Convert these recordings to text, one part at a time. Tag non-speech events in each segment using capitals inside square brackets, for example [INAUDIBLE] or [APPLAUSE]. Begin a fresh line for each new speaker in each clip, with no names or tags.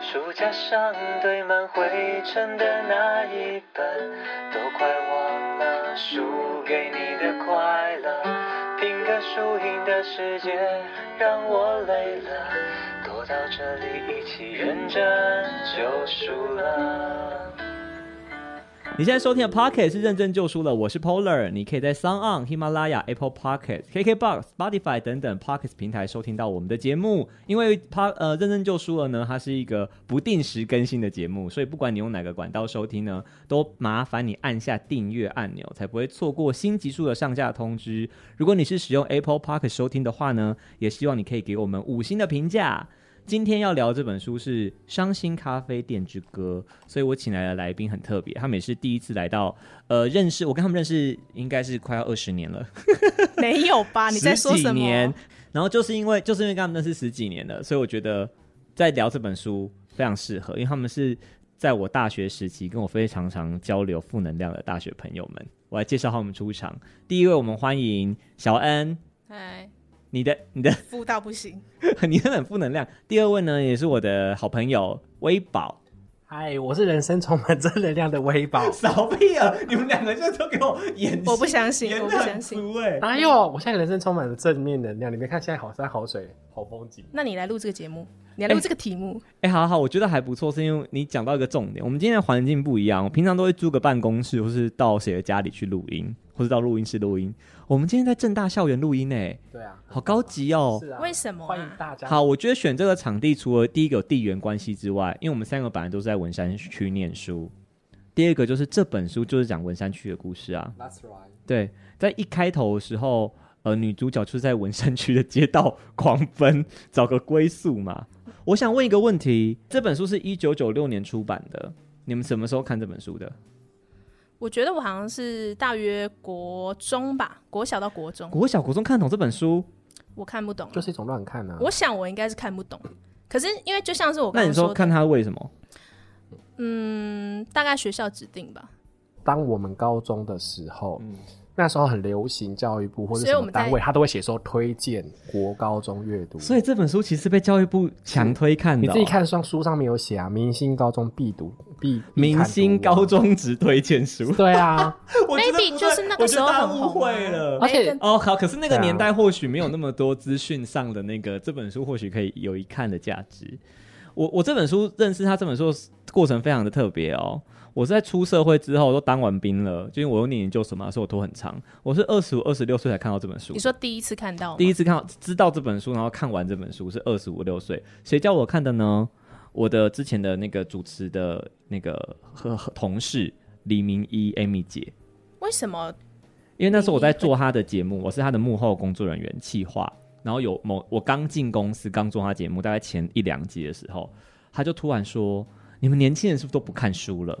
书架上堆满灰尘的那一本，都快忘了输给你的快乐。拼个输赢的世界让我累了，躲到这里一起认真就输了。
你现在收听的 Pocket 是认真就输了，我是 Polar，你可以在 s o n On、喜马拉雅、Apple Pocket、KKBox、Spotify 等等 Pocket 平台收听到我们的节目。因为 Po 呃认真就输了呢，它是一个不定时更新的节目，所以不管你用哪个管道收听呢，都麻烦你按下订阅按钮，才不会错过新集数的上架通知。如果你是使用 Apple Pocket 收听的话呢，也希望你可以给我们五星的评价。今天要聊这本书是《伤心咖啡店之歌》，所以我请来的来宾很特别，他们也是第一次来到，呃，认识我跟他们认识应该是快要二十年了，
[LAUGHS] 没有吧？啊你在说
十
什
几年
么？。
然后就是因为就是因为跟他们认识十几年了，所以我觉得在聊这本书非常适合，因为他们是在我大学时期跟我非常常交流负能量的大学朋友们。我来介绍他们出场，第一位我们欢迎小恩，
哎，
你的 [LAUGHS] 你的
敷到不行。
你真的很负能量。第二位呢，也是我的好朋友微宝。。
嗨，我是人生充满正能量的微宝
[LAUGHS]
扫屁啊！你们两个就都给我演，
我不相 [LAUGHS] 信我不相信
哎、
哪有？我现在人生充满了正面能量。你们看，现在好山好水好风景。
那你来录这个节目，你来录这个题目，
哎、好好，我觉得还不错，是因为你讲到一个重点。我们今天的环境不一样，我平常都会租个办公室，或是到谁的家里去录音，或是到录音室录音。我们今天在正大校园录音、哎，
对啊，
好高级哦、
是啊，
为什么啊
欢迎大家。
好，，我觉得选这个场地，除了第一个有地缘关系之外，因为我们三个本来都是在文山区念书，第二个就是这本书就是讲文山区的故事啊。
That's right。
对，在一开头的时候，呃，女主角就是在文山区的街道狂奔，找个归宿嘛。我想问一个问题：这本书是一九九六年出版的，你们什么时候看这本书的？
我觉得我好像是大约国中吧，国小到国中，
国小、国中看懂这本书，
我看不懂。
就是一种乱看啊。
我想我应该是看不懂，可是因为就像是我刚
那你
刚
说
说的，
看它为什么？
嗯，大概学校指定吧，
当我们高中的时候，
嗯
那时候很流行教育部或者
所以
什
我
么
们在
单位，他都会写说推荐国高中阅读。
所以这本书其实被教育部强推看
你
的哦、
自己看上书上面有写啊，明星高中必读必必
明
看
星
读啊
高。中职推荐书
对
[LAUGHS]
啊，
[LAUGHS] 我觉得
，maybe
不对
就是那个时候
我觉得
很
大
红
家
啊、
误会了。
而且
哎跟
哦，好，可是那个
对啊
年代或许没有那么多资讯上的那个，这本书或许可以有一看的价值。我我这本书认识他这本书的过程非常的特别哦。我是在出社会之后都当完兵了，就因为我又念研究所嘛，所以我拖很长。我是二十五、二十六岁才看到这本书
你，说第一次看到吗，
第一次看到知道这本书，然后看完这本书是二十五六岁。谁叫我看的呢？我的之前的那个主持的那个和和同事李明一 Amy 姐，
为什么？
因为那时候我在做他的节目，我是他的幕后工作人员企划。然后有某我刚进公司刚做他节目，大概前一两集的时候，他就突然说：“你们年轻人是不是都不看书了？”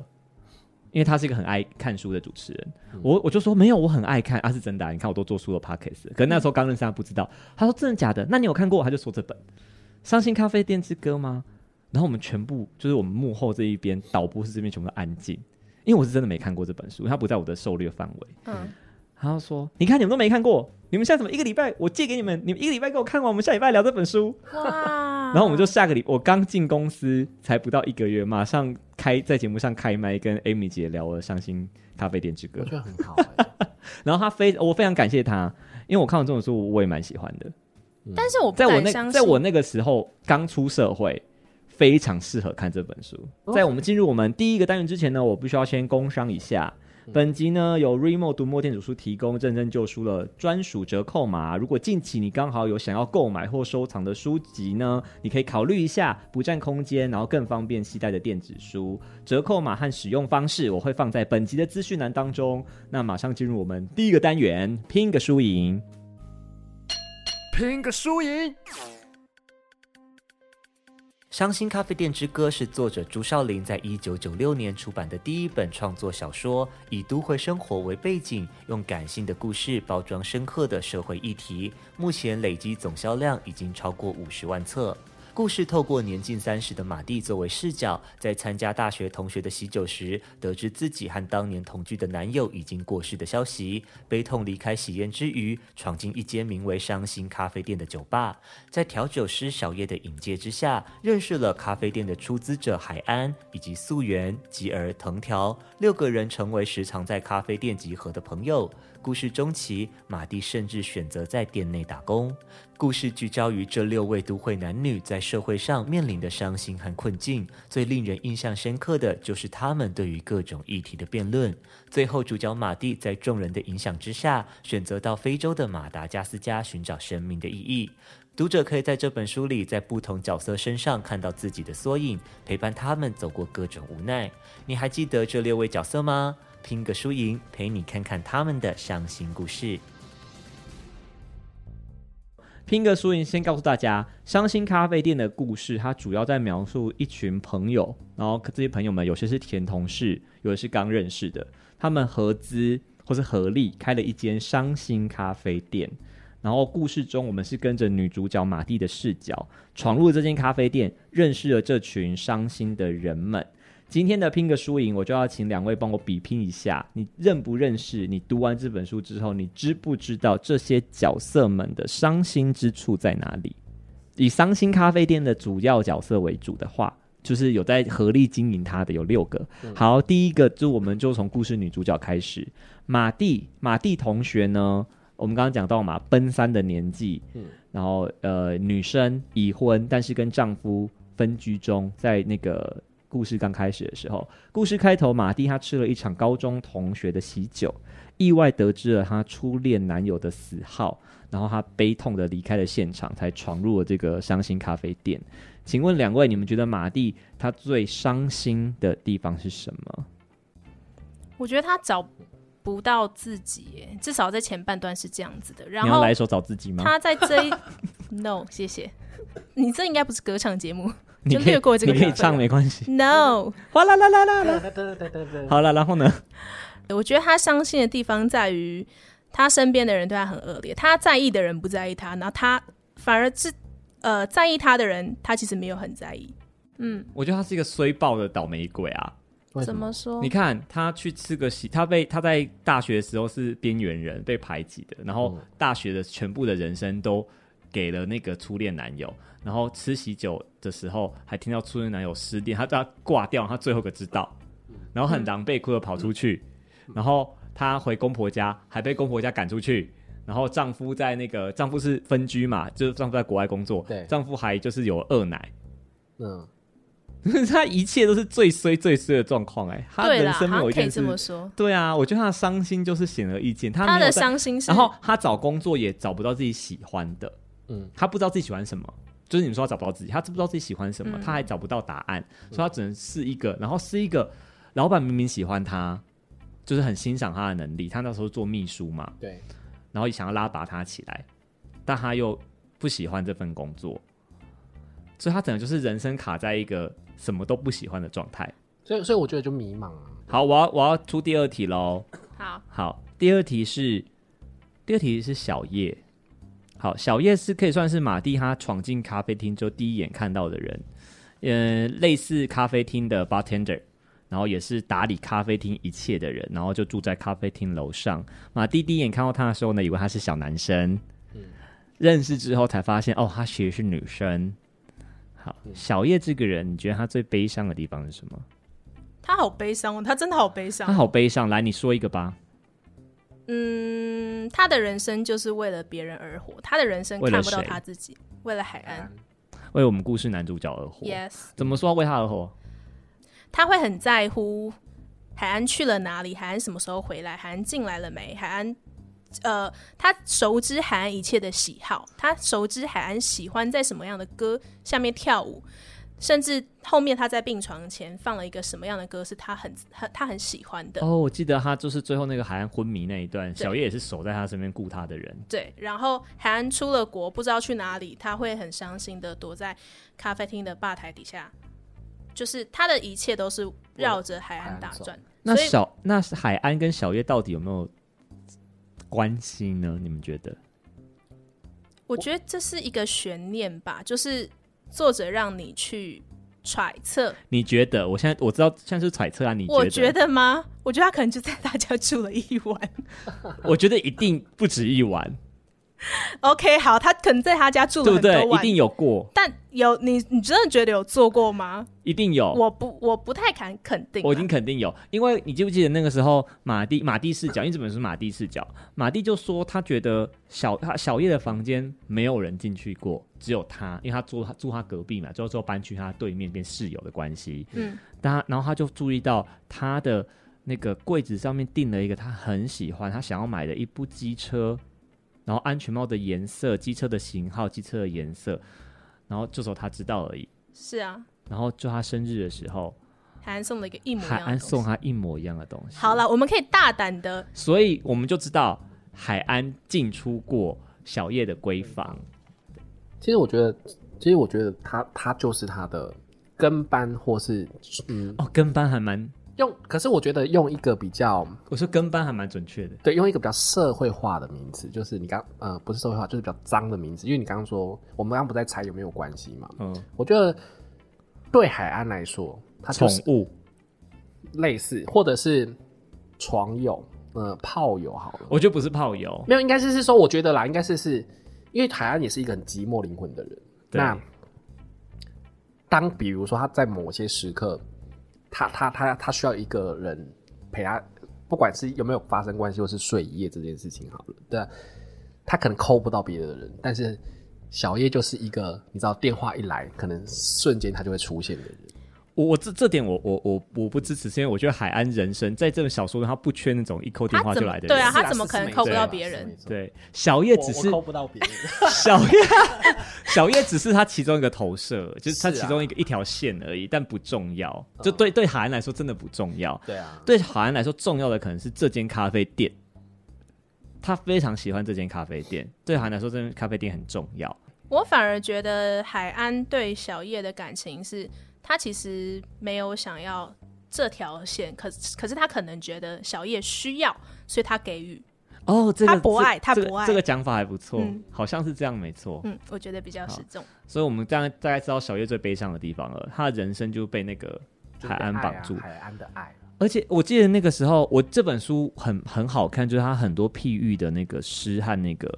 因为他是一个很爱看书的主持人，我我就说没有，我很爱看，啊是真的、啊，你看我都做书的 podcast，可是那时候刚认识他不知道，他说真的假的？那你有看过？他就说这本《伤心咖啡店之歌》吗？然后我们全部就是我们幕后这一边导播是这边全部都安静，因为我是真的没看过这本书，它不在我的狩猎范围。
嗯，
然后说：“你看，你们都没看过，你们下怎么一个礼拜我借给你们，你们一个礼拜给我看完，我们下礼拜聊这本书。，
哇 [LAUGHS]
然后我们就下个礼，我刚进公司才不到一个月，马上开在节目上开麦，跟 Amy 姐聊了《伤心咖啡店之歌
我》觉。得很好、欸。
然后她非我非常感谢她，因为我看完这本书，我也蛮喜欢的。
但是我不
在我
敢
那
相信，
在我那个时候刚出社会，非常适合看这本书。在我们进入我们第一个单元之前呢，我必须要先工商一下。本集呢由 Remo 读墨电子书提供认真旧书的专属折扣码，如果近期你刚好有想要购买或收藏的书籍呢，你可以考虑一下，不占空间，然后更方便携带的电子书。折扣码和使用方式我会放在本集的资讯栏当中。那马上进入我们第一个单元，拼个输赢。
拼个输赢。
《伤心咖啡店之歌》是作者朱少林在一九九六年出版的第一本创作小说，以都会生活为背景，用感性的故事包装深刻的社会议题。目前累积总销量已经超过五十万册。故事透过年近三十的马蒂作为视角，在参加大学同学的喜酒时，得知自己和当年同居的男友已经过世的消息，悲痛离开喜宴之余，闯进一间名为“伤心咖啡店”的酒吧，在调酒师小叶的引介之下，认识了咖啡店的出资者海安以及溯源、吉儿、藤条六个人，成为时常在咖啡店集合的朋友。故事中期，马蒂甚至选择在店内打工。故事聚焦于这六位都会男女在社会上面临的伤心和困境。最令人印象深刻的就是他们对于各种议题的辩论。最后，主角马蒂在众人的影响之下，选择到非洲的马达加斯加寻找生命的意义。读者可以在这本书里，在不同角色身上看到自己的缩影，陪伴他们走过各种无奈。你还记得这六位角色吗？拼个输赢，陪你看看他们的伤心故事。
拼个输赢，先告诉大家，伤心咖啡店的故事，它主要在描述一群朋友，然后这些朋友们有些是前同事，有的是刚认识的，他们合资或是合力开了一间伤心咖啡店。然后故事中，我们是跟着女主角马蒂的视角，闯入这间咖啡店，认识了这群伤心的人们。今天的拼个输赢，我就要请两位帮我比拼一下，你认不认识？你读完这本书之后，你知不知道这些角色们的伤心之处在哪里？以伤心咖啡店的主要角色为主的话，就是有在合力经营它的有六个。好，第一个就我们就从故事女主角开始，马蒂，马蒂同学呢，我们刚刚讲到嘛，奔三的年纪，然后呃，女生已婚，但是跟丈夫分居中，在那个故事刚开始的时候，故事开头，马蒂她吃了一场高中同学的喜酒，意外得知了她初恋男友的死好，然后她悲痛的离开了现场，才闯入了这个伤心咖啡店。请问两位，你们觉得马蒂她最伤心的地方是什么？
我觉得他找不到自己耶，至少在前半段是这样子的。然
你要
后
来一首找自己吗？
他在这 [LAUGHS] 一 no，谢谢，你这应该不是歌唱节 [LAUGHS] 目
你
就
可以
略过这个
你可以
部分
唱没关系。
，no。
哗啦啦啦啦啦。好了，然后呢？
我觉得他伤心的地方在于，他身边的人对他很恶劣，他在意的人不在意他，然后他反而是呃在意他的人，他其实没有很在意。嗯，
我觉得他是一个衰爆的倒霉鬼啊！
为什
怎
么
么说
你？看他去吃个喜，他被他在大学的时候是边缘人，被排挤的，然后大学的全部的人生都给了那个初恋男友，然后吃喜酒的时候还听到初恋男友失恋，他他挂掉，他最后一个知道，然后很狼狈哭着跑出去，然后她回公婆家还被公婆家赶出去。然后丈夫在那个丈夫是分居嘛，就是丈夫在国外工作，
对
丈夫还就是有二奶， [LAUGHS]
嗯，
他一切都是最衰最衰的状况哎、他
对
人
啦，
生
好
没有
像
一
可
件
以这
事。
么说。
对啊，我觉得他的伤心就是显而易见，他
他
没有
的
在，
伤心是，
然后他找工作也找不到自己喜欢的，嗯
嗯，
他不知道自己喜欢什么，就是你们说他找不到自己，他知不知道自己喜欢什么，
嗯
他还找不到答案，所以他只能是一个，然后是一个老板明明喜欢他，就是很欣赏他的能力，他那时候做秘书嘛，
对，
然后也想要拉拔他起来，但他又不喜欢这份工作，所以他整个就是人生卡在一个什么都不喜欢的状态。
所以所以我觉得就迷茫啊。
好，我要我要出第二题喽。
好，
好，第二题是第二题是小叶。好，小叶是可以算是马蒂他闯进咖啡厅之后第一眼看到的人，嗯、类似咖啡厅的 bartender，然后也是打理咖啡厅一切的人，然后就住在咖啡厅楼上。马蒂第一眼看到他的时候呢，以为他是小男生，认识之后才发现哦，他其实是女生。好，小叶这个人，你觉得他最悲伤的地方是什么？
他好悲伤哦，他真的好悲
他
伤。
好悲伤，来你说一个吧。
嗯，他的人生就是为了别人而活，他的人生
为了
看不到
谁
他自己，为了海岸。
为我们故事男主角而活。
Yes，
怎么说为他而活？
他会很在乎海安去了哪里，海安什么时候回来，海安进来了没，海安。呃，他熟知海安一切的喜好，他熟知海安喜欢在什么样的歌下面跳舞，甚至后面他在病床前放了一个什么样的歌是他很他他很喜欢的。
哦，我记得他就是最后那个海岸昏迷那一段，
呃对
小叶也是守在他身边顾他的人。
对，然后海安出了国，不知道去哪里，他会很伤心的躲在咖啡厅的吧台底下，就是他的一切都是绕着海
海
岸
岸
打
走
转。
那
所以
小那海岸跟小叶到底有没有关系呢？你们觉得？
我觉得这是一个悬念吧，就是作者让你去揣测，
你觉得？我现在我知道现在是揣测啊，你
我
觉
觉得吗？我觉得他可能就在大家住了一晚。
我觉得一定不止一晚，
OK，好，他可能在他家住了
对不
很多
对？一
晚，
定有过，
但有你，你真的觉得有做过吗？
一定有。
我不，我不太敢肯定啦。
哦
啊
我已经肯定有，因为你记不记得那个时候马蒂马蒂视角，因为这本书是马蒂视角，马蒂就说他觉得小他小叶的房间没有人进去过，只有他，因为他住他住他隔壁嘛，之后之后搬去他对面变室友的关系。
嗯，
但他然后他就注意到他的那个柜子上面订了一个他很喜欢，他想要买的一部机车，然后安全帽的颜色、机车的型号、机车的颜色，然后这时候他知道而已。
是啊，
然后就他生日的时候，
海安送了一个一模一
海
样的
安
东西。
送他一模一样的东西。
好，了，我们可以大胆的，
所以我们就知道海安进出过小叶的闺房。
其实我觉得，其实我觉得他他就是他的跟班，或是嗯
哦，跟班还蛮，
用。可是我觉得用一个比较
我说跟班还蛮准确的。
对，用一个比较社会化的名词，就是你刚呃不是社会化，就是比较脏的名字，因为你刚刚说我们刚刚不在猜有没有关系嘛。
嗯，
我觉得对海安来说，他
宠
就是
物
类似，或者是床友，呃，炮友好了。
我觉得不是炮友，
没有，应该是是说，我觉得啦，应该是是因为海安也是一个很寂寞灵魂的人。
对
那当比如说他在某些时刻，他他他他需要一个人陪他，不管是有没有发生关系，或是睡一夜这件事情好了，对啊，他可能抠不到别的人，但是小叶就是一个你知道电话一来，可能瞬间他就会出现的人。
我我这这点我我我我不支持，是因为我觉得海安人生在这本小说中他不缺那种一扣电
他
话
怎
就
么
来的人。
对啊，
是啊
他怎么
是
可能
没
扣不
错
到
啊
别
是
人
没？错
对，小叶只是
不到别人。
小叶， [LAUGHS] 小叶只是他其中一个投射，就是嗯他
是啊
其中一个、一条线而已，但不重要。就对对海安来说真的不重要。
对啊，
对海安来说重要的可能是这间咖啡店，他非常喜欢这间咖啡店。对海安来说，这间咖啡店很重要。
我反而觉得海安对小叶的感情是，他其实没有想要这条线，可可是他可能觉得小叶需要，所以他给予。
哦，这个
他博爱
这
他博爱
这个这个讲法还不错，
嗯
好像是这样没错。
嗯，我觉得比较
好
是这种。
所以我们大概大概知道小叶最悲伤的地方了，他的人生就被那个海安绑住。
海啊安的爱。
而且我记得那个时候，我这本书很很好看，就是它很多譬喻的那个诗和那个，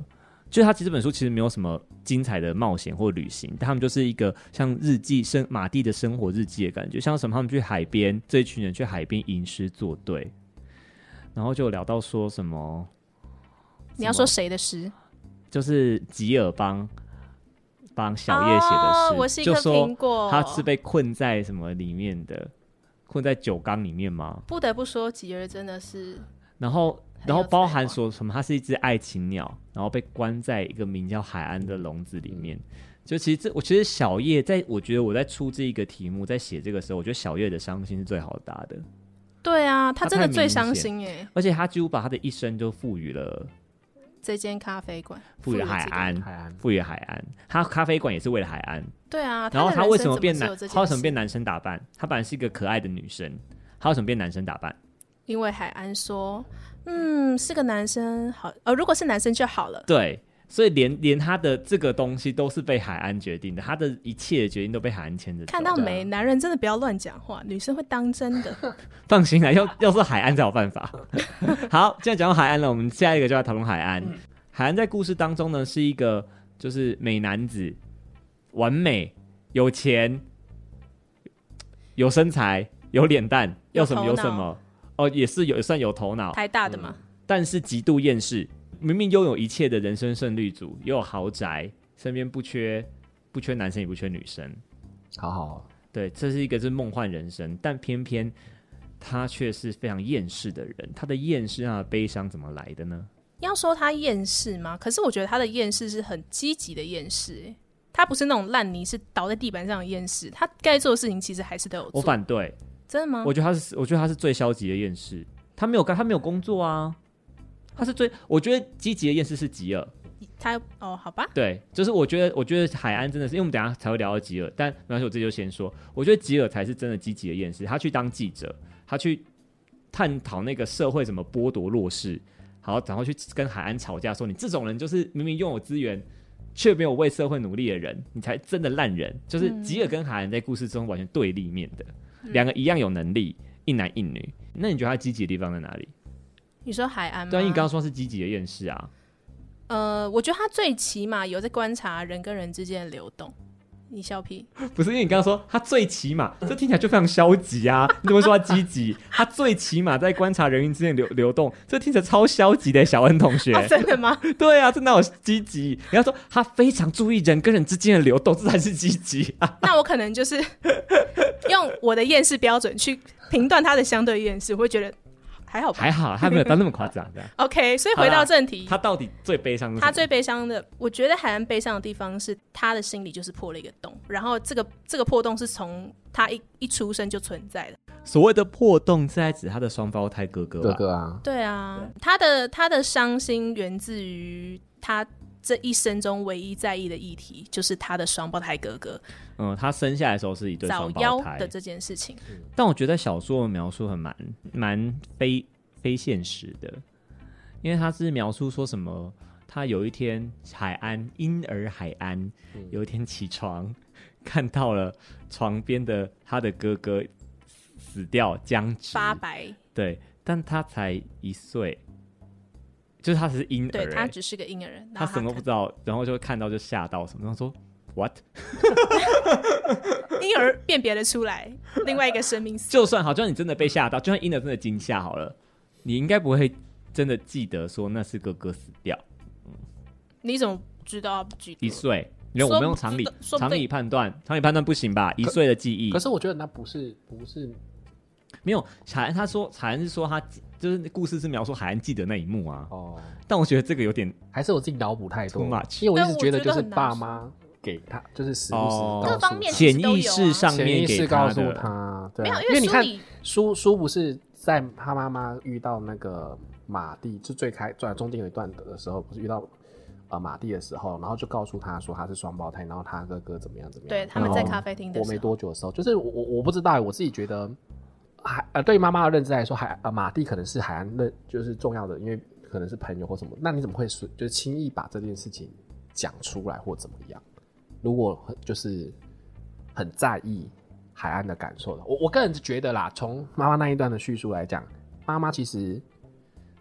就是它其实这本书其实没有什么精彩的冒险或旅行，但他们就是一个像日记生马蒂的生活日记的感觉，像什么他们去海边，这一群人去海边吟诗作对，然后就聊到说什么，
你要说谁的诗？
就是吉尔帮帮小叶写的诗，
哦我是一
就
颗
说
苹果。
他是被困在什么里面的，困在酒缸里面吗？
不得不说，吉儿真的是
然后，
很有
然后包
才
含
华
说什么？它是一只爱情鸟，然后被关在一个名叫海岸的笼子里面。就其实这，我其实小叶在，我觉得我在出这一个题目，在写这个时候，我觉得小叶的伤心是最好答的，
对啊，他
他
真的
太
最
明显
伤心哎、
而且他几乎把他的一生都赋予了
这间咖啡馆，
赋予了海
这个
岸，
海安
赋予了海岸。他咖啡馆也是为了海岸。
对啊，
然后他
他的人
为
生
什么
怎
变
只
男
有这？件
他为什么
事
变？男生打扮？他本来是一个可爱的女生，他为什么变男生打扮？
因为海安说，嗯，是个男生好，呃，如果是男生就好了。
对，所以连连他的这个东西都是被海岸决定的，他的一切的决定都被海岸牵着走。
看到没，男人真的不要乱讲话，女生会当真
[LAUGHS]
的。
放心啦，要要是海岸才有办法。 [LAUGHS] 好，现在讲到海岸了，我们下一个就要讨论海
嗯
岸。海岸在故事当中呢，是一个就是美男子，完美、有钱、有身材、有脸蛋，
有
要什么
头
有什
脑
么。哦，也是有也算有头脑，
台大的嘛，
但是极度厌世。明明拥有一切的人生胜利组，又有豪宅，身边不缺不缺男生也不缺女生，
好好，
对，这是一个是梦幻人生，但偏偏他却是非常厌世的人。他的厌世，他的悲伤怎么来的呢？
要说他厌世吗？可是我觉得他的厌世是很积极的厌世、欸，他不是那种烂泥是倒在地板上的厌世，他该做的事情其实还是都有
我
做。嗯
反对，
真的吗？
我觉得他是，我觉得他是最消极的厌世。他没有干，他没有工作啊，他是最，我觉得积极的厌世是吉尔，
他哦，好吧，
对，就是我觉得，我觉得海安真的是，因为我们等一下才会聊到吉尔，但没关系，我这就先说，我觉得吉尔才是真的积极的厌世。他去当记者，他去探讨那个社会怎么剥夺弱势，好，然后去跟海安吵架说，你这种人就是明明拥有资源，却没有为社会努力的人，你才真的烂人。就是吉尔跟海恩在故事中完全对立面的，两个一样有能力，一男一女。那你觉得他积极的地方在哪里？
你说海岸吗？
对啊，因为你刚刚说是积极的厌世啊，
呃，我觉得他最起码有在观察人跟人之间的流动。你
[LAUGHS]
笑屁，
不是因为你刚刚说他最起码，这听起来就非常消极啊！ [LAUGHS] 你怎么会说他积极？他最起码在观察人员之间的流流动，这听起来超消极的，小恩
[LAUGHS]
同学。
啊、真的吗？
对啊，这哪有积极？你要说他非常注意人跟人之间的流动，这才是积极 [LAUGHS] 啊！
那我可能就是用我的厌世标准去评断他的相对厌世，我会觉得还好吧。
还好他没有到那么夸张，这样。
OK，所以
好啦
回到正题，
他到底最悲伤的是什
他
么？
最悲伤的，我觉得海岸悲伤的地方是他的心里就是破了一个洞，然后这个这个破洞是从他一一出生就存在的。
所谓的破洞是在指他的双胞胎哥哥吧
哥哥啊，
对啊，他的他的伤心源自于他这一生中唯一在意的议题，就是他的双胞胎哥哥
嗯，他生下来的时候是一对
早
双胞
夭
胎
的，这件事情。
但我觉得小说的描述很蛮蛮非非现实的，因为他是描述说什么，他有一天海安婴儿海安有一天起床 [LAUGHS] 看到了床边的他的哥哥死掉僵直，
发白，
对，但他才一岁，就是他只是婴儿、
对他
欸，
只是个婴儿，
他
然后
什么都不知道，然后就看到就吓到什么，然后说 what？
可婴儿辨别的出来，另外一个生命
[LAUGHS]
死。
就算好，就算你真的被吓到，就算婴儿真的惊吓好了，你应该不会真的记得说那是哥哥死掉
你怎么知道不记
一
得？
岁。因为我
说
们用
不
常理
知道说不
常
定
理判断，常理判断不行吧？一岁的记忆
可是我觉得那不是不是
没有。海安他说，海安是说他就是故事是描述海安记得那一幕啊，
哦，
但我觉得这个有点
还是我自己脑补太多
Too much
因为我一
但
直
我
觉得
觉得
就是
很难
爸
说
妈给他就是时不时
哦
告
各
诉
方面
他
其
潜
实都
意
有啊
识上
潜
面
意
给
识告
他
诉
的。
他，对
没有，
啊，因为
为
你
书
看
里
叔叔不是在他妈妈遇到那个马蒂，就最开转中间有一段的时候，不是遇到呃马蒂的时候，然后就告诉他说他是双胞胎，然后他哥哥怎么样怎么样。
对他们在
然后
咖啡厅的
哦过没
时候，
多久的时候，就是我我我不知道，我自己觉得海呃对于妈妈的认知来说，海呃马蒂可能是海岸认就是重要的，因为可能是朋友或什么。那你怎么会说就是轻易把这件事情讲出来或怎么样？如果很就是很在意海岸的感受的，我我个人觉得啦，从妈妈那一段的叙述来讲，妈妈其实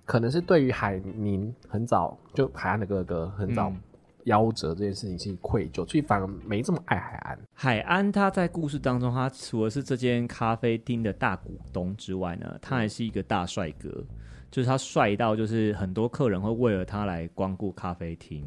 可能是对于海宁很早就海岸的哥哥很早
嗯
夭折这件事情是愧疚，所以反而没这么爱海岸。
海安他在故事当中，他除了是这间咖啡厅的大股东之外呢，他还是一个大帅哥，就是他帅到就是很多客人会为了他来光顾咖啡厅，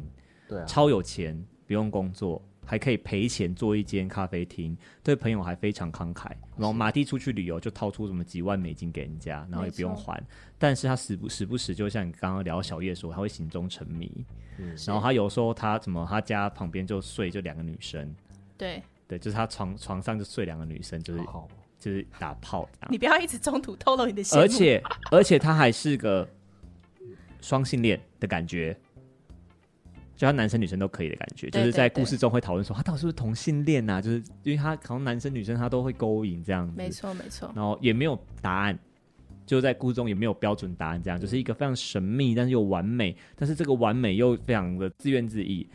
对啊，
超有钱，不用工作，还可以赔钱做一间咖啡厅，对朋友还非常慷慨。然后马蒂出去旅游就掏出什么几万美金给人家，然后也不用
没错
还，但是他时不时不时就像你刚刚聊小叶说，他会心中沉迷，
嗯
然后他有时候他怎么他家旁边就睡就两个女生。
对
对，就是他床床上就睡两个女生，就是
好
就是打炮这样
你不要一直中途透露你的线。
而且而且他还是个双性恋的感觉，就他男生女生都可以的感觉，就
对
是在
对对
故事中会讨论说他到底是不是同性恋呐、就是因为他好像男生女生他都会勾引这样子，
没错没错，
然后也没有答案，就在故事中也没有标准答案，这样就是一个非常神秘，但是又完美，但是这个完美又非常的自怨自艾。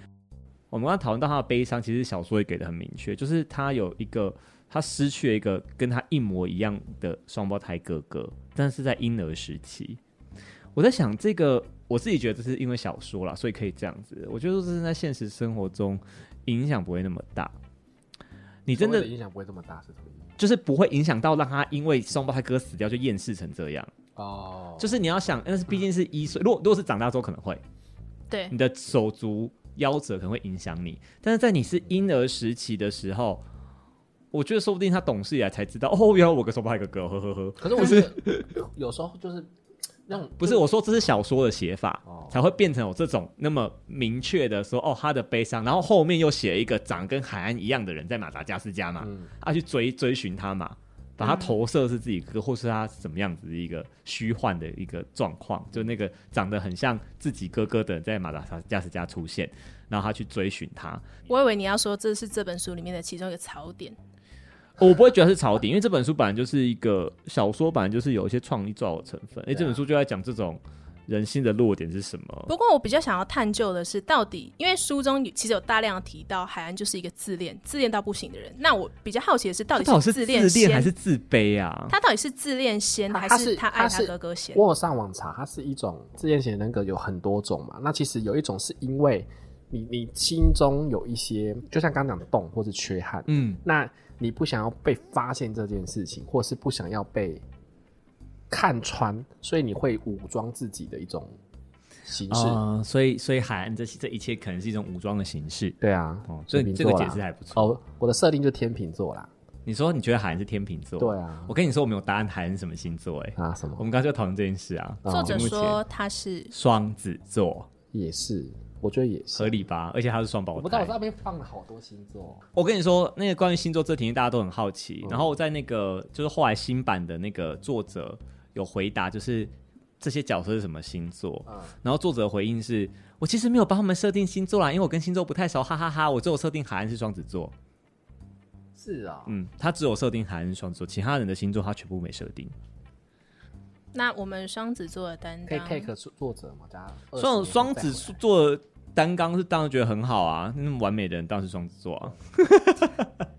我们刚刚讨论到他的悲伤，其实小说也给的很明确，就是他有一个他失去了一个跟他一模一样的双胞胎哥哥，但是在婴儿时期。我在想这个，我自己觉得这是因为小说啦，所以可以这样子。我觉得这是在现实生活中影响不会那么大。你真
所
的
谓影响不会这么大，是什么意思？
就是不会影响到让他因为双胞胎哥死掉就厌世成这样。
哦，
就是你要想，但是毕竟是一岁，如果如果是长大之后可能会，
对
你的手足夭折可能会影响你，但是在你是婴儿时期的时候。我觉得说不定他懂事以来才知道，哦，原来我跟双胞胎哥哥，呵呵呵。
可是我觉得有时候就是那种
不是我说，这是小说的写法，
哦
才会变成有这种那么明确的说，哦，他的悲伤，然后后面又写一个长得跟海岸一样的人在马达加斯加嘛，
嗯
他去追追寻他嘛，把他投射是自己哥，或是他什么样子的一个虚幻的一个状况，就那个长得很像自己哥哥的人在马达加斯加出现，然后他去追寻他。
我以为你要说这是这本书里面的其中一个槽点，
哦我不会觉得是槽点，因为这本书本来就是一个小说，本来就是有一些创意造的成分。哎、
对啊
这本书就在讲这种人性的弱点是什么？
不过我比较想要探究的是，到底因为书中有其实有大量提到海安就是一个自恋、自恋到不行的人。那我比较好奇的是，到
他
底
到底是
自
自
恋先
恋还是自卑啊？
他到底是自恋先，
他
还
他
是
是
他
他
爱他
是
哥哥先？
我有上网查，它是一种自恋型人格，有很多种嘛。那其实有一种是因为你你心中有一些，就像刚刚讲洞或是缺憾，
嗯，
那你不想要被发现这件事情，或是不想要被看穿，所以你会武装自己的一种形式。
啊、所以所以海岸这这一切可能是一种武装的形式。
对啊，
哦这
水瓶
这个
座
解
啦
释还不错
哦，我的设定就天秤座啦。
你说你觉得海岸是天秤座？
对啊
我跟你说我没有答案，海岸是什么星座、欸？哎、
啊，什么
我们刚刚就讨论这件事
哦
啊。
作者
目前
说他是
双子座
也是，我觉得也是
合。理吧？而且他是双胞
我
胎。
不知道我上面放了好多星座，
我跟你说，那个关于星座这题大家都很好奇。
嗯
然后在那个就是后来新版的那个作者有回答，就是这些角色是什么星座。
嗯
然后作者的回应是：我其实没有帮他们设定星座啦，因为我跟星座不太熟，哈哈哈我只有设定海岸是双子座，
是啊、
嗯，他只有设定海岸是双子座，其他人的星座他全部没设定。
那我们双子座的担
可以
当，
take 作作者嘛？加20
双
年
双
再回
子
来
座的担纲是当然觉得很好啊，那么完美的人当然是双子座啊。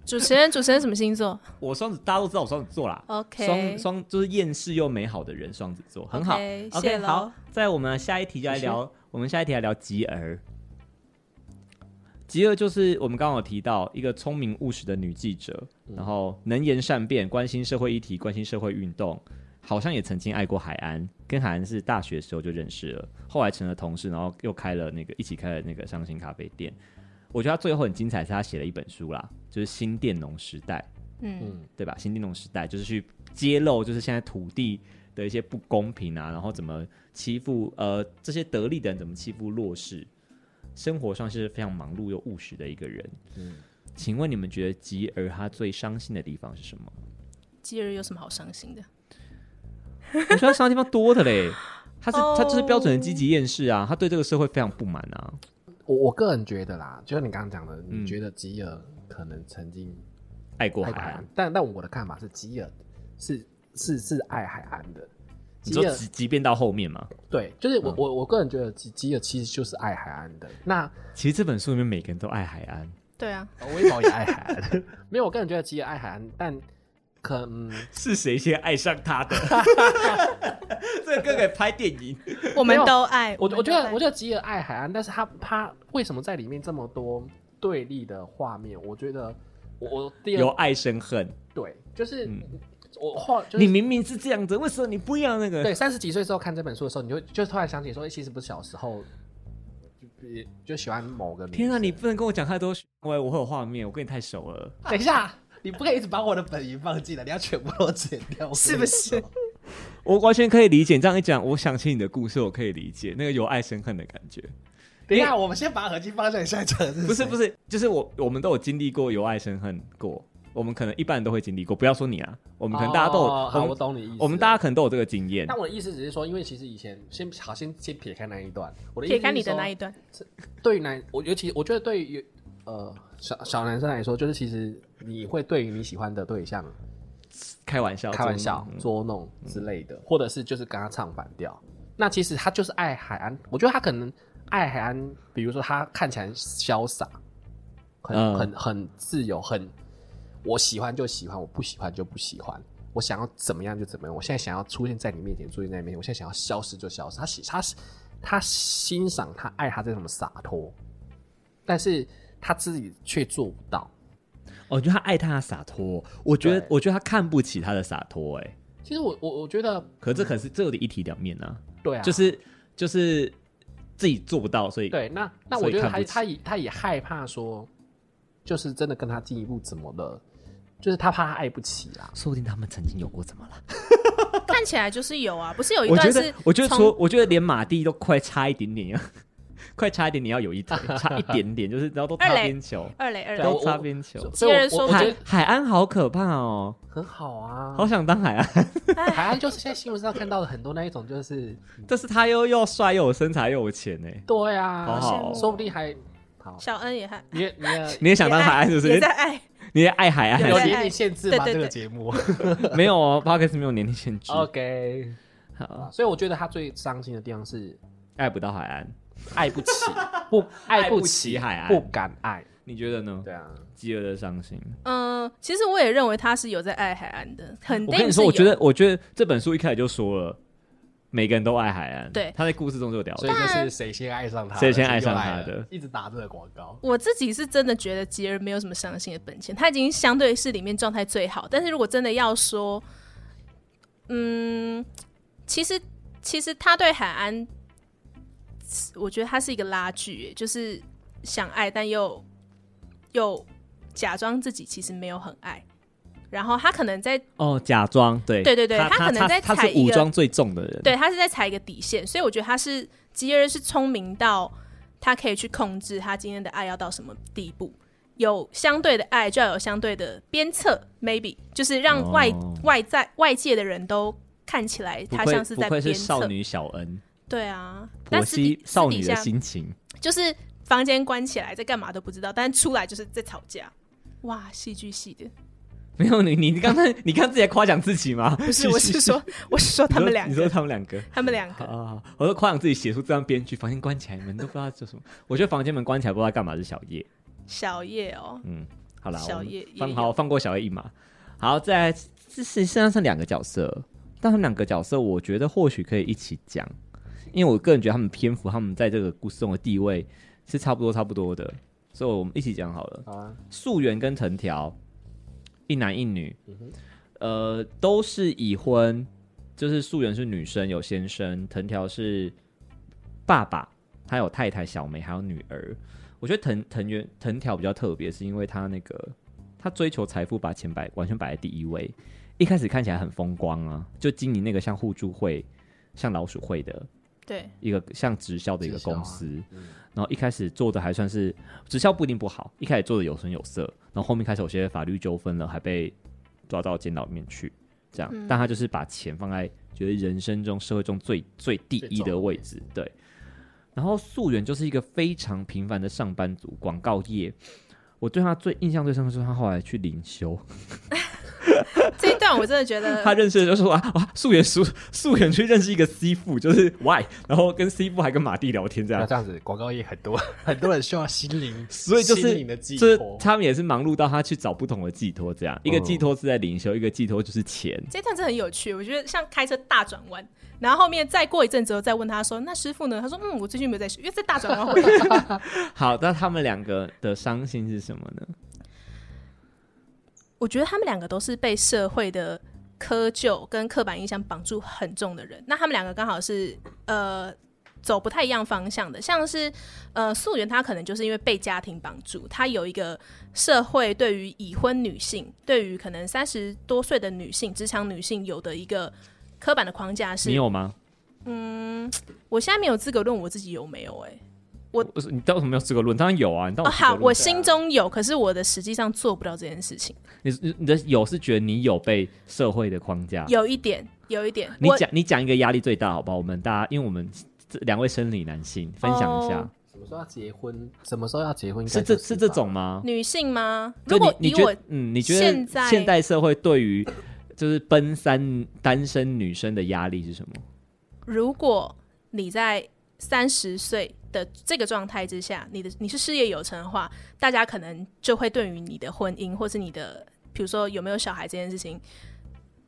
主持人，主持人什么星座？
我双子，大家都知道我双子座啦。
OK
双双就是厌世又美好的人，双子座很好。
OK，谢
OK，
喽
好，在我们下一题就来聊，我们下一题来聊吉儿。吉儿就是我们刚刚有提到一个聪明务实的女记者，然后能言善辩，关心社会议题，关心社会运动，好像也曾经爱过海安，跟海安是大学时候就认识了，后来成了同事，然后又开了那个一起开了那个伤心咖啡店。我觉得他最后很精彩，是他写了一本书啦，就是《新佃农时代》。
嗯，
对吧？新地农时代就是去揭露，就是现在土地的一些不公平啊，然后怎么欺负呃这些得力的人怎么欺负弱势，生活上是非常忙碌又务实的一个人。
嗯
请问你们觉得吉尔他最伤心的地方是什么？
基尔有什么好伤心的？
我觉得他伤心地方多的嘞，他是、
哦
他就是标准的积极厌世啊，他对这个社会非常不满啊。
我我个人觉得啦，就像你刚刚讲的，
嗯
你觉得吉尔可能曾经
爱过
爱
海
过海岸
岸，，
但但我的看法是，吉尔是是是爱海岸的。
你
吉
说
尔
即即便到后面嘛，
对，就是我我我个人觉得吉吉尔其实就是爱海岸的。那
其实这本书里面每个人都爱海岸，
对啊，
呃威宝也爱海岸， [LAUGHS] 没有，我个人觉得吉尔爱海岸，但可嗯，
是谁先爱上他
[LAUGHS]
的？ [LAUGHS] 这个歌可以拍电影。
我们
没有
都爱。
我我
们
觉
都
得
爱
我觉得吉尔爱海岸，但是他他为什么在里面这么多对立的画面？我觉得我我第
由
二
爱生恨。
对就是。
嗯
我后就是
你明明是这样子，为什么你不要那个？
对，三十几岁之后看这本书的时候，你就就突然想起说，欸其实不是小时候就比就喜欢某个女生。
天啊，你不能跟我讲太多，因为我会有画面，我跟你太熟了。
等一下，你不可以一直把我的本名放进来，你要全部都剪掉，
是不是？
我完全可以理解，你这样一讲，我想起你的故事，我可以理解那个由爱生恨的感觉。
等一下，我们先把耳机放下，你现在讲的是
不是不
是，
是，就是我我们都有经历过由爱生恨过，我们可能一般人都会经历过，不要说你啊，我
我
们可能大家都有，
哦好，
我
我
们
懂你意思。
我们大家。可能都有这个经验
但。我的意思只是说，因为其实以前先好，先先撇开那一段，我的意思
撇
是
开你的
说
那一段，
对于男，我尤其我觉得对于呃小小男生来说，就是其实你会对于你喜欢的对象
开玩笑，
开玩笑
这种、嗯
捉弄之类的，或者是就是跟他唱反调。那其实他就是爱海安，我觉得他可能爱海安，比如说他看起来潇洒，很、
嗯
很很自由，很我喜欢就喜欢，我不喜欢就不喜欢，我想要怎么样就怎么样，我现在想要出现在你面前，出现在你面前，我现在想要消失就消失。他喜他他欣赏他爱他这种洒脱，但是他自己却做不到。
哦，你觉得他爱他的洒脱，我觉得
对
我觉得他看不起他的洒脱，哎，
其实我我我觉得
可这可是这有点一体两面啊。
对啊，
就是就是自己做不到，所以
对，那那
所
我
以
觉得
看
他
不起
他也他也害怕说，就是真的跟他进一步怎么了，就是他怕他爱不起啊啦。
说不定他们曾经有过怎么了？
看起来就是有啊，不是有一
我
段
觉
是
得，我觉得
从
说，我觉得连马蒂都快差一点点要， [LAUGHS] 快差一点点要有一腿，差一点点，就是然后都
二
擦
垒
边球，
二垒二
对啊
垒
都
我
擦边球。
所以
接着
我
说
我我觉
海
得
海安好可怕哦，
很好啊
好。想当海安， [LAUGHS]
海岸就是现在新闻上看到的很多那一种，就是嗯
但是他又又帅又有身材又有钱欸呢。
对啊，
好好
说不定还好。
小恩也还
你也你也
你也想当海安是不
也
是
在？爱，
[LAUGHS] 你也爱海
有
安？
对
年龄限制吧？
对对
这个
对
节目
没有哦 p o d c a s 没有年龄限制。 [LAUGHS]
，OK，
好，
所以我觉得他最伤心的地方是
爱不到海岸，
爱不起，不爱
不起
起
海岸
不敢爱。
你觉得呢？
对啊，
饥饿的伤心。
嗯，其实我也认为他是有在爱海岸的，肯定
我
是
跟你说，
有
我觉得，我觉得这本书一开始就说了，每个人都爱海岸。
对
他在故事中就有聊到
所以就是谁先爱上他的，
谁先
谁就
爱上
爱
他
了
的
一直打这个广告。
我自己是真的觉得吉儿没有什么伤心的本钱，他已经相对是里面状态最好。但是如果真的要说，嗯，其实其实他对海安，我觉得他是一个拉锯，就是想爱但又又假装自己其实没有很爱。然后他可能在
哦，假装对，
对对对
他
他可能
他
在
他
踩
是
一
武
个
装最重的人。
对，他是在踩一个底线，所以我觉得他是吉儿是聪明到他可以去控制他今天的爱要到什么地步。有相对的爱，就要有相对的鞭策，maybe 就是让外、
哦
外在外界的人都看起来
不
他
愧
像是
不
在
愧
鞭
是
策
少。女小恩，
对啊，
婆
但私底
媳少
私
女
底
的
下
心情。
就是房间关起来在干嘛都不知道，但出来就是在吵架。哇，戏剧系的，
没有你，你刚才你刚自己在夸奖自己吗？不
不
[LAUGHS]
是我是说我是说他们两
你说
个，
他们两个。
他们两个，
啊！我都夸奖自己写出这张编剧，房间关起来，门都不知道做什么。我觉得房间门关起来不知道干嘛是小叶。
小叶哦，
嗯，好啦，
小
我们
叶也
放
有
好放过小叶一马。好，再来，这是身上是两个角色，但他们两个角色，我觉得或许可以一起讲，因为我个人觉得他们篇幅，他们在这个故事中的地位是差不多差不多的，所以我们一起讲好了。
好啊，
素媛跟藤条，一男一女，
嗯哼，
呃，都是已婚，就是素媛是女生有先生，藤条是爸爸，他有太太小梅还有女儿。我觉得藤藤原藤条比较特别，是因为他那个他追求财富，把钱摆完全摆在第一位。一开始看起来很风光啊，就经营那个像互助会、像老鼠会的
对，
一个像直销的一个
直销啊
公司，
嗯
然后一开始做的还算是直销不一定不好，一开始做的有声有色，然后后面开始有些法律纠纷了，还被抓到监牢里面去，这样，
嗯
但他就是把钱放在觉得人生中社会中最最第一的位置，对。然后素媛就是一个非常平凡的上班族，广告业。我对他最印象最深刻是他后来去灵
[LAUGHS]
修，
这一段我真的觉
[LAUGHS]
得
他认识的就是说啊哇，素媛素素媛去认识一个 C 父，就是 Y，然后跟 C 父还跟马蒂聊天这样
那，这样子广告业很多 [LAUGHS] 很多人需要心灵，
[LAUGHS] 所以就是
心灵的寄
就是
托。
他们也是忙碌到他去找不同的寄托，这样一个寄托是在灵修，一个寄托就是 [LAUGHS] 钱。
这段真的很有趣，我觉得像开车大转弯，然后后面再过一阵子后再问他说：“那师傅呢？”他说：“嗯，我最近没有在学，因为在大转弯回来。
好，那他们两个的伤心是什么呢？”
我觉得他们两个都是被社会的窠臼跟刻板印象绑住很重的人。那他们两个刚好是呃走不太一样方向的，像是呃素媛她可能就是因为被家庭绑住，她有一个社会对于已婚女性，对于可能三十多岁的女性、职场女性有的一个刻板的框架是
你有吗？
我现在没有资格论我自己有没有哎、我
不是你到底有没有资格论？当然有啊，你当
哦，
然有资格
好，
论
我心中有，可是我的实际上做不到这件事情。
你你你的有是觉得你有被社会的框架。
有一点，有一点，
你
我
讲你讲一个压力最大，好不好？我们大家，因为我们这两位生理男性分享一下，
哦
什么时候要结婚？什么时候要结婚？应该
是这
就是
是这
吧
种吗？
女性吗？
就
如果
你
以
你觉
我
得，嗯，你觉得
现在
现代社会对于就是奔三单身女生的压力是什么？
如果你在三十岁的这个状态之下，你的你是事业有成的话，大家可能就会对于你的婚姻或是你的，比如说有没有小孩这件事情，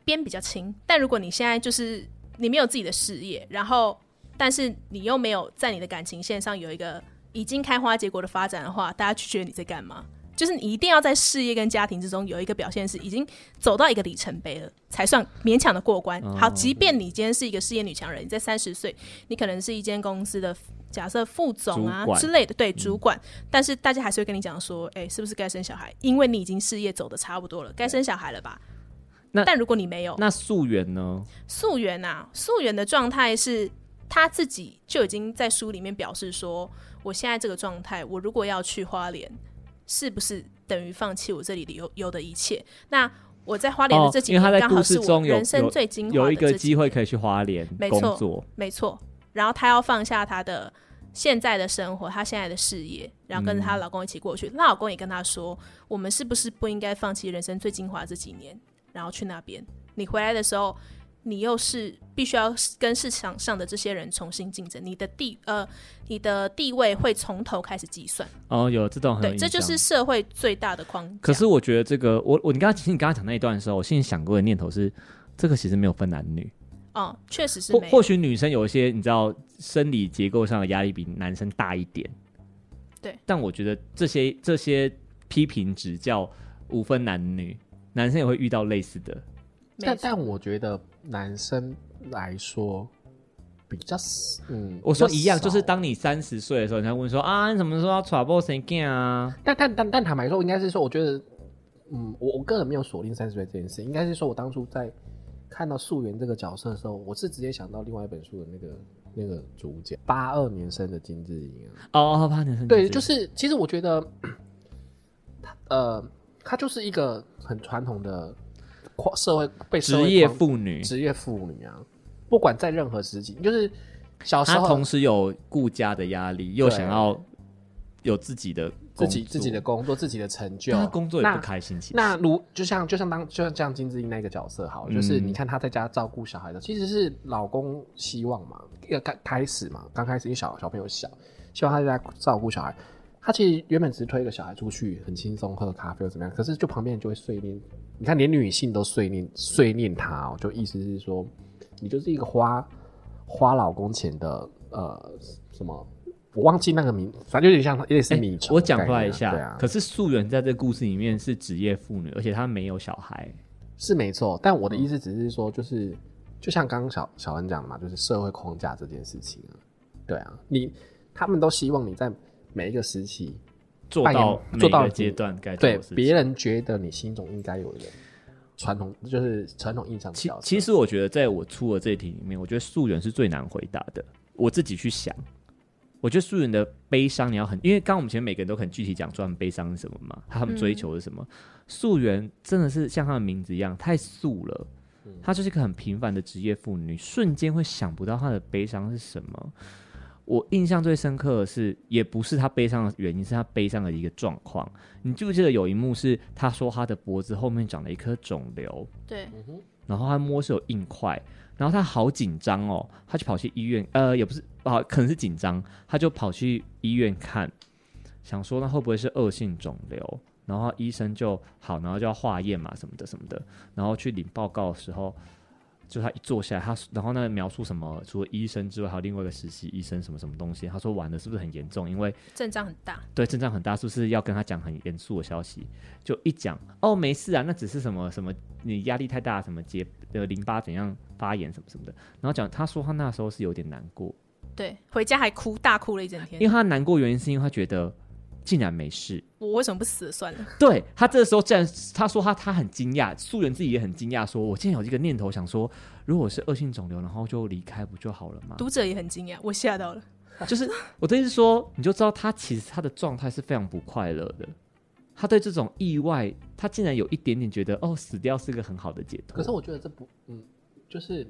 边比较轻。但如果你现在就是你没有自己的事业，然后但是你又没有在你的感情线上有一个已经开花结果的发展的话，大家就觉得你在干嘛？就是你一定要在事业跟家庭之中有一个表现是已经走到一个里程碑了，才算勉强的过关。好，即便你今天是一个事业女强人，你在三十岁，你可能是一间公司的假设副总啊
主管嗯
之类的，对主管，但是大家还是会跟你讲说，哎、是不是该生小孩？因为你已经事业走的差不多了，该生小孩了吧？
那
但如果你没有，
那素媛呢？
素媛啊，素媛的状态是她自己就已经在书里面表示说，我现在这个状态，我如果要去花莲，是不是等于放弃我这里的有有的一切？那我在花莲的这几
哦因为他
年，
在
刚
故
好
事
是
中
我
有
人生最精华
有
的
一个
这几
机会可以去花莲
没
工
错
作，
没错。然后她要放下她的现在的生活，她现在的事业，然后跟着她老公一起过去。她、老公也跟她说，我们是不是不应该放弃人生最精华的这几年，然后去那边？你回来的时候，你又是必须要跟市场上的这些人重新竞争，你的地呃你的地位会从头开始计算。
哦，有这种很有
对，
印
这就
象
是社会最大的框架。
可是我觉得这个，我我你刚刚其实你刚刚讲那一段的时候，我心里想过的念头是，这个其实没有分男女，
哦，确实是
或
没有
或许女生有一些你知道生理结构上的压力比男生大一点，
对。
但我觉得这些这些批评指教无分男女，男生也会遇到类似的。
没
但
错
但我觉得男生来说比较少，嗯，
我说
比较
一样，就是
少
当你三十岁的时候，人家问说啊，你什么时候要 trouble 谁干啊？
但但但但坦白说，应该是说，我觉得，嗯，我我个人没有锁定三十岁这件事，应该是说我当初在看到素媛这个角色的时候，我是直接想到另外一本书的那个那个主角，八二年生的金智英啊，
哦，怕男生
对，就是是其实我觉得，他呃，她就是一个很传统的框社会被社会
职业
框
妇女，
职业妇女啊，不管在任何时期，就是小时
她
候
同时有顾家的压力，又
哦对
想要有自己的
自己自己
工作
的工作、自己的成就，
但他工作也不
那
开心，其实
那如就像就像当就像像金智英那个角色好了，就是
嗯
你看她在家照顾小孩的，其实是老公希望嘛，要刚开始嘛，刚开始因为小小朋友小，希望她在家照顾小孩。她其实原本只是推一个小孩出去，很轻松喝咖啡或怎么样，可是就旁边人就会碎念，你看连女性都碎念碎念她哦，就意思是说你就是一个花花老公钱的呃什么。我忘记那个名，反正有点像，有点是
哎
米虫
我
的概
讲
念啊、
出来一下，
对啊，
可是素媛在这故事里面是职业妇女，而且她没有小孩。
是没错，但我的
嗯
意思只是说，就是、就像刚刚小小恩讲的嘛，就是社会框架这件事情啊，对啊，你他们都希望你在每一个时期，
做
扮演
到每
做到
个
你
阶段该做
对
的事情
别人觉得你心中应该有的传统，就是传统印象的
其
角色
其实我觉得，在我出的这一题里面，我觉得素媛是最难回答的。我自己去想，我觉得素媛的悲伤你要很，因为刚刚我们前面每个人都很具体讲出他们悲伤是什么嘛，他们追求是什么。素媛真的是像她的名字一样太素了，她就是一个很平凡的职业妇女，瞬间会想不到她的悲伤是什么。我印象最深刻的是，也不是她悲伤的原因，是她悲伤的一个状况。你记不记得有一幕是她说她的脖子后面长了一颗肿瘤，
对
然后他摸是有硬块，然后他好紧张哦，他就跑去医院，呃，也不是啊，可能是紧张，他就跑去医院看，想说那会不会是恶性肿瘤？然后医生就好，然后就要化验嘛，什么的什么的，然后去领报告的时候，就他一坐下来，他然后那个描述什么，除了医生之外，还有另外一个实习医生什么什么东西，他说完了是不是很严重？因为
阵仗很大，
对阵仗很大，是不是要跟他讲很严肃的消息？就一讲哦，没事啊，那只是什么什么，你压力太大，什么结呃淋巴怎样发炎什么什么的。然后讲他说他那时候是有点难过，
对，回家还哭大哭了一整
因
天
为。他难过原因是因为他觉得竟然没事。
我为什么不死了算了？
对他这时候竟然他说他他很惊讶，素媛自己也很惊讶，说我竟然有这个念头想说，如果是恶性肿瘤，然后就离开不就好了吗？
读者也很惊讶，我吓到了。
就是我的意思是说，你就知道他其实他的状态是非常不快乐的。他对这种意外，他竟然有一点点觉得，哦，死掉是个很好的解脱。
可是我觉得这不，嗯，就是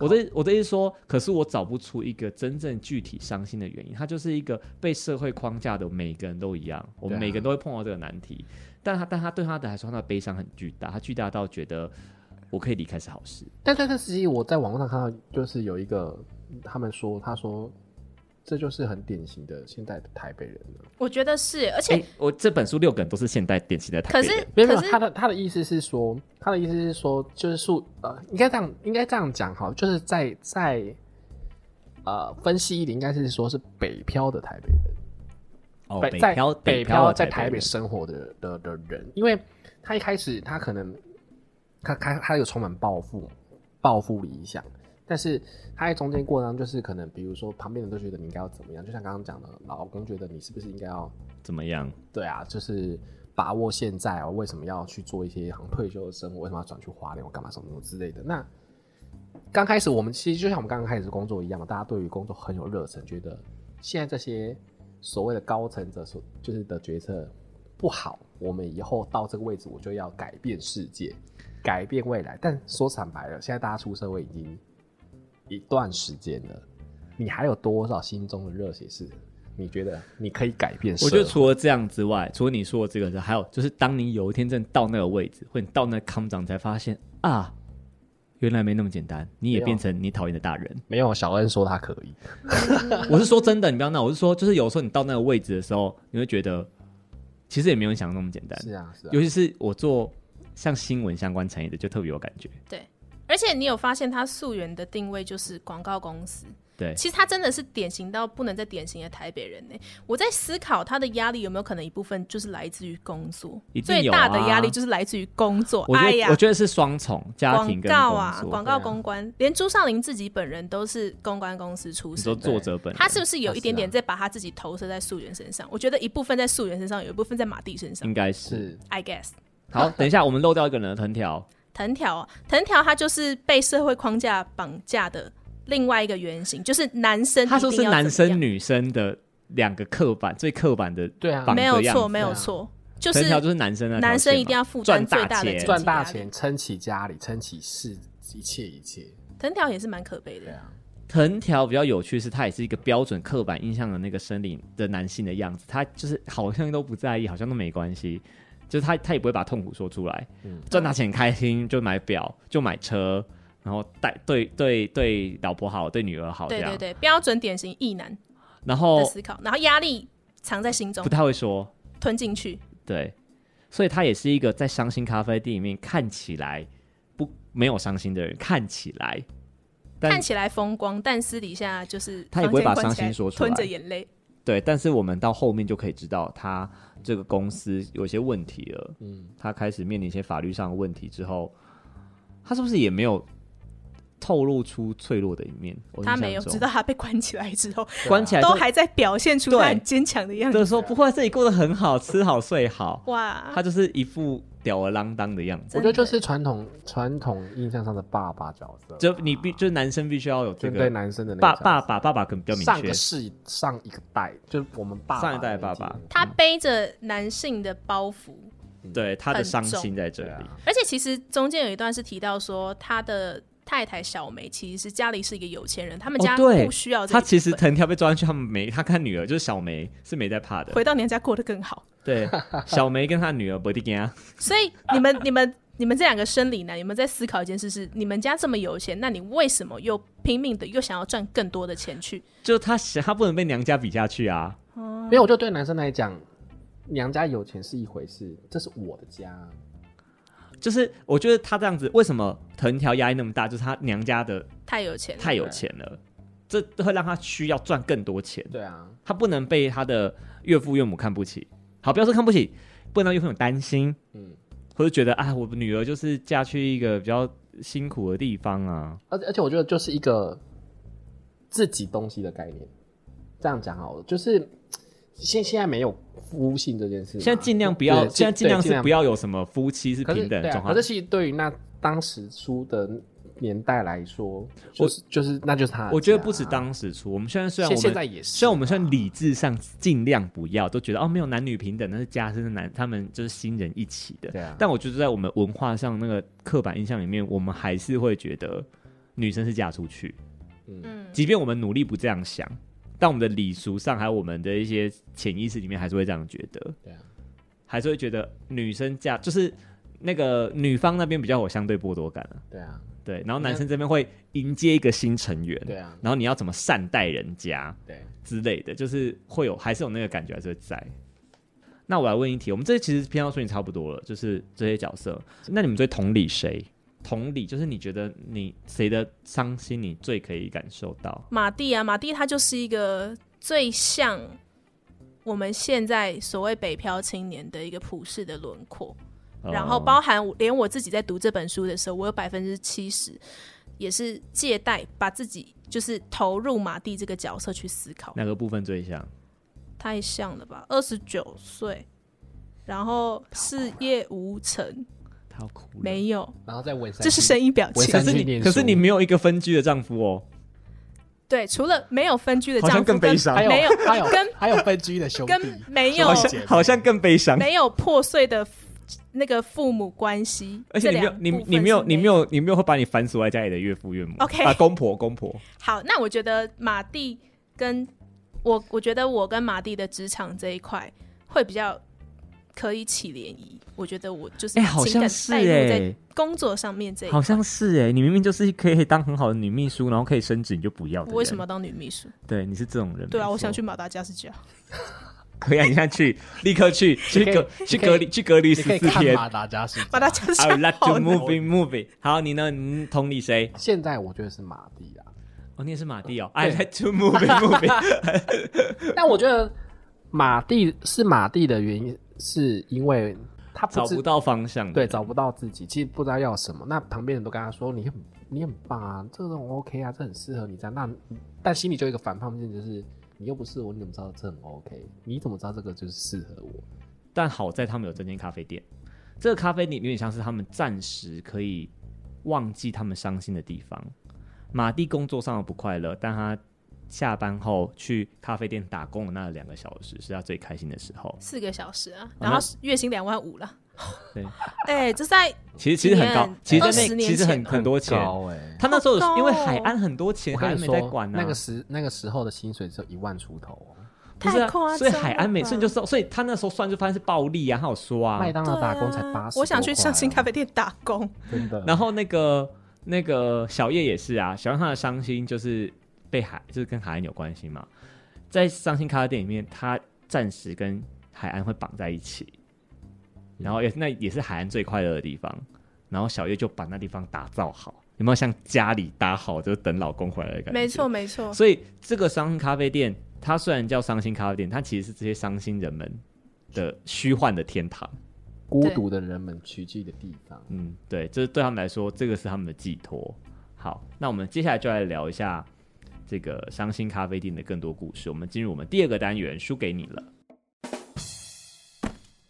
我的我的意思说，可是我找不出一个真正具体伤心的原因，它就是一个被社会框架的，每个人都一样，我们
对啊
每个人都会碰到这个难题。但他但他对他的来说，他的悲伤很巨大，他巨大到觉得我可以离开是好事。
但但但实际我在网络上看到，就是有一个他们说，他说这就是很典型的现在的台北人了、
我觉得是，而且、
哎、我这本书六个人都是现代典型的台
可
北
是
人，
没有，没
可
有
是
他的他的意思是说，他的意思是说，就是数呃，应该这样，应该这样讲哈，就是在在呃分析一点，应该是说是北漂的台北人，
哦，
北在
漂北
漂
的
在
台
台北
人
生活的的的人，因为他一开始他可能他他他有充满抱负抱负理想，但是他在中间过程当中就是可能比如说旁边人都觉得你应该要怎么样，就像刚刚讲的，老公觉得你是不是应该要
怎么样？
对啊，就是把握现在哦，为什么要去做一些好像退休的生活？为什么要转去花莲？我干嘛什么什么之类的？那刚开始我们其实就像我们刚刚开始工作一样嘛，大家对于工作很有热忱，觉得现在这些所谓的高层者所就是的决策不好，我们以后到这个位置我就要改变世界，改变未来。但说坦白了，现在大家出社会已经一段时间了，你还有多少心中的热血是？你觉得你可以改变社
我
会？
觉
啊
得除了这样之外，除了你说的这个之外，还有就是当你有一天真的到那个位置，或者你到那个康长，才发现啊，原来没那么简单，你也
没有
变成你讨厌的大人。 [LAUGHS]
没有，小恩说他可以，
我是说真的，你不要闹。我是说，就是有时候你到那个位置的时候，你会觉得其实也没有你想的那么简单。
是啊，是啊
尤，其是我做像新闻相关产业的，就特别有感觉。
而且你有发现它溯源的定位就是广告公司，
对，
其实他真的是典型到不能再典型的台北人呢、我在思考他的压力有没有可能一部分就是来自于工作，
一定
最
有
大的
啊
压力就是来自于工作。
我觉
哎
得、
呀
我，觉得是双重家
广
庭跟
告
工
啊，
作。
广告公关，连朱少林自己本人都是公关公司出
你说
身。
作者本人，
他是不是有
他
一
是
点
啊
点在把他自己投射在素媛身上？我觉得一部分在素媛身上，有一部分在马蒂身上。
应该是。
是
I guess
好，等一下我们漏掉一个人的藤条，
藤条啊，藤条他就是被社会框架绑架的另外一个原型，就是男生
他
一
说
定
是
要
男
怎么
生
样
女生的两个刻板最刻板的
对啊
绑
没有
的样
错，
子
没有
啊
错，就
藤
是
条就是男生那条
男生
线
一定
嘛
要负担最
赚大
大的
钱
经济
赚大
压力
钱，撑起家里，撑起事，一切一切，
藤条也是蛮可悲
对
的。
啊，
藤条比较有趣是，他也是一个标准刻板印象的那个生理的男性的样子，他就是好像都不在意，好像都没关系，就是他他也不会把痛苦说出来，赚大钱很开心，就买表，就买车，然后带对对对老婆好，对女儿好这
对
样，
对对，标准典型异男
然
的
后
思考，然后压力藏在心中
不，太会说，
吞进去。
对，所以他也是一个在伤心咖啡店里面看起来不没有伤心的人，看起来，但
看起来风光，但私底下就是
他也不会把
房间关起
伤
来
心说出
吞
来
着眼泪。
对，但是我们到后面就可以知道，他这个公司有一些问题了。嗯，他开始面临一些法律上的问题之后，他是不是也没有透露出脆弱的一面？我
他
印
没
象
有，
中
直到他被关起来之后，
[LAUGHS] 关起来
都
[LAUGHS] 之后
还在表现出
对
他很坚强的样子。
的时候，不会自己过得很好，吃好睡好，
哇，
他就是一副吊儿郎当的样子。
我觉得就是传统传统印象上的爸爸角色，
就你必就是男生必须要有这
针对
个
男生的那个
爸
角色
爸爸爸爸可能比较明
上
确
个，世上一个代，就是我们爸爸
上一代
那
爸
届
爸
他背着男性的包袱，
对他的
很
伤
重
心在这
对啊
里。
而且其实中间有一段是提到说他的。太太小梅其实是家里是一个有钱人，他们
哦
家
对
不需要这一部分、
他其实藤条被抓进去，他们没他看女儿就是小梅是没在怕的，
回到娘家过得更好。
[LAUGHS]
对，小梅跟她女儿伯蒂根啊，
所以你
[LAUGHS]
们、你们、你们这两个生理男，你们在思考一件事是：你们家这么有钱，那你为什么又拼命的又想要赚更多的钱去？
就她想她不能被娘家比下去啊。
没有，我就对男生来讲，娘家有钱是一回事，这是我的家，
就是我觉得她这样子，为什么藤条压力那么大？就是她娘家的
太有钱了，
太有钱了，
嗯
这会让她需要赚更多钱，
对啊，
她不能被她的岳父岳母看不起。好，不要说看不起，不能让岳父岳母担心，
嗯，
或者觉得啊，我女儿就是嫁去一个比较辛苦的地方啊。
而且而且我觉得就是一个自己东西的概念，这样讲好了，就是现现在没有夫性这件事嘛，
现在尽量不要，
对
现在尽量
对
是不要有什么夫妻是
可是
平等的
对啊
状，
可
况
是。其实对于那当时出的年代来说，就是就是那就是他的家啊，
我觉得不止当时出，我们现在虽然
现
我们
现在也是啊，
虽然我们算理智上尽量不要，都觉得哦没有男女平等，但是家是男他们就是新人一起的。
对啊
但我觉得在我们文化上那个刻板印象里面，我们还是会觉得女生是嫁出去，
嗯，
即便我们努力不这样想，但我们的礼俗上还有我们的一些潜意识里面还是会这样觉得，
对啊，
还是会觉得女生嫁就是那个女方那边比较有相对剥夺感啊。
对啊，
对，然后男生这边会迎接一个新成员，
对啊
然后你要怎么善待人家，
对，啊
之类的，就是会有还是有那个感觉，还是会在。那我来问一题，我们这其实偏向说你差不多了，就是这些角色，那你们最同理谁？同理就是你觉得你谁的伤心你最可以感受到？
马蒂啊，马蒂他就是一个最像我们现在所谓北漂青年的一个普世的轮廓。
呃哦
然后包含我连我自己在读这本书的时候，我有百分之七十也是借贷把自己就是投入马蒂这个角色去思考，
哪个部分最像？
太像了吧？二十九岁，然后事业无成，
他要哭了。
没有，
然后再问
这是声音表
我
情
可
想。
是
去
你
念
可是
书
你没有一个分居的丈夫哦，
对，除了没有分居的
好
丈
像
夫跟，
更悲伤
还有
没有
还有
跟
还有分居的兄弟，
跟没有
好
兄弟姐
像
妹
好像更悲伤。
没有破碎的那个父母关系，
而且
这
你没有你
两部分
你没有
是
你没有你没有会把你反锁在家里的岳父岳母
OK
啊公婆公婆
好，那我觉得马蒂跟我，我觉得我跟马蒂的职场这一块会比较可以起涟漪。我觉得我就是
哎好
情
像
感
是
带入
哎
在工作上面这一
好像
块
是哎、你明明就是可以当很好的女秘书，然后可以升职，你就不要的人。
我为什么要当女秘书？
对，你是这种人。
对啊，
没
我想
错
去。马达加斯加。
可以啊，你现在去，立刻去，去
可以
隔去隔离去隔离
你
十
可以
四
看
天。
马达加斯加。
马达加斯
I
加
would like to
好难
move in, move it。好，你呢？你同理谁？
现在我觉得是马蒂啊，
哦，你也是马蒂哦。I like to move in, move
[LAUGHS]
it。
但我觉得马蒂是马蒂的原因，是因为他不
找
知
不到方向。
对，找不到自己，其实不知道要什么。那旁边人都跟他说：“你很你很棒啊，这种 OK 啊，这很适合你这样。”那但心里就有一个反叛性，就是你又不是我，你怎么知道这很 OK？你怎么知道这个就是适合我？
但好在他们有这间咖啡店，这个咖啡店有点像是他们暂时可以忘记他们伤心的地方。马蒂工作上的不快乐，但他下班后去咖啡店打工的那两个小时是他最开心的时候。
四个小时啊，
那
然后月薪两万五了。
对，
哎，这在
其实其实很高
几年，
其实
二
在
十
那
年
其实很
前
很欸多钱。
高哎、
他那时候
好高哦
因为海岸很多钱，
我
海岸
跟你
没
说
在，管啊呢、
那个时那个时候的薪水只有一万出头哦、
不是、
太夸
啊，
张
所以海岸每
了吧
所以就说，所以他那时候算就发现是暴利啊，他有说啊，
麦当
对
劳
啊
打工才八十、啊
我想去上新咖啡，店打工。
真的。
然后那个那个小叶也是啊，小叶他的伤心就是被海，就是跟海岸有关系嘛。在伤心咖啡店里面，他暂时跟海岸会绑在一起，然后也那也是海岸最快乐的地方。然后小叶就把那地方打造好，有没有像家里搭好，就是等老公回来的感觉？
没错，没错，
所以这个伤心咖啡店，它虽然叫伤心咖啡店，它其实是这些伤心人们的虚幻的天堂。
孤独的人们聚集的地方，
嗯，对，这对他们来说，这个是他们的寄托。好，那我们接下来就来聊一下这个伤心咖啡店的更多故事。我们进入我们第二个单元，输给你了。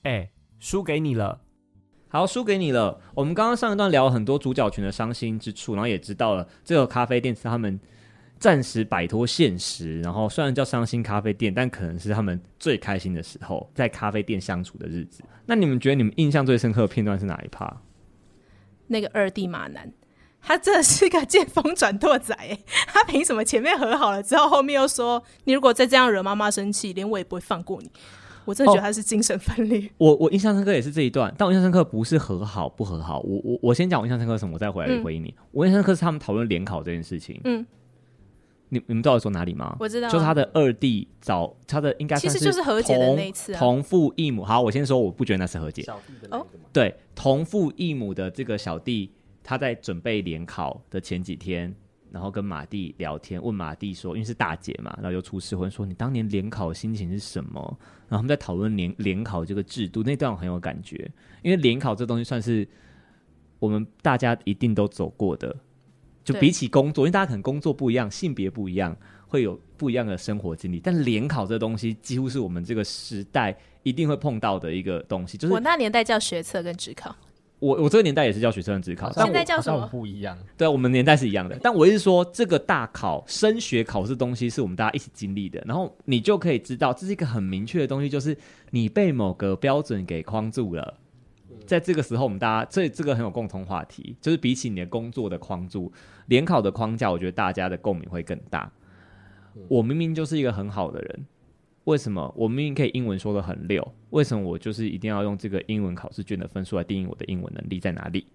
哎，输给你了。
好，输给你了。我们刚刚上一段聊了很多主角群的伤心之处，然后也知道了这个咖啡店是他们暂时摆脱现实，然后虽然叫伤心咖啡店，但可能是他们最开心的时候，在咖啡店相处的日子。那你们觉得你们印象最深刻的片段是哪一趴？
那个二弟马男，他真的是个见风转舵仔欸。 [LAUGHS] 他凭什么前面和好了之后，后面又说你如果再这样惹妈妈生气，连我也不会放过你？我真的觉得他是精神分裂。
我我印象深刻也是这一段，但我印象深刻不是和好不和好，我我我先讲我印象深刻是什么，我再回来
嗯
回应你。我印象深刻是他们讨论联考这件事情。
嗯，
你你们知道我说哪里吗？
我知道啊
就是他的二弟找他的应该算
其实就是和解的
同
那一次啊
同父异母。好，我先说，我不觉得那是和解。
小弟的
哦
那个嘛，
对，同父异母的这个小弟，他在准备联考的前几天，然后跟马蒂聊天，问马蒂说，因为是大姐嘛，然后又出试婚，说你当年联考的心情是什么？然后他们在讨论联联考这个制度，那段我很有感觉，因为联考这东西算是我们大家一定都走过的，就
对
比起工作，因为大家可能工作不一样，性别不一样，会有不一样的生活经历，但联考这东西几乎是我们这个时代一定会碰到的一个东西，就是
哦我那年代叫学测跟职考，
我我这个年代也是叫学生自考，
好像
但
现在叫
好像
什么
我们不一样。
对啊我们年代是一样的。但我一直说，这个大考升学考试东西是我们大家一起经历的，然后你就可以知道，这是一个很明确的东西，就是你被某个标准给框住了。在这个时候，我们大家这这个很有共同话题，就是比起你的工作的框住、联考的框架，我觉得大家的共鸣会更大。我明明就是一个很好的人，为什么我明明可以英文说的很溜，为什么我就是一定要用这个英文考试卷的分数来定义我的英文能力在哪里？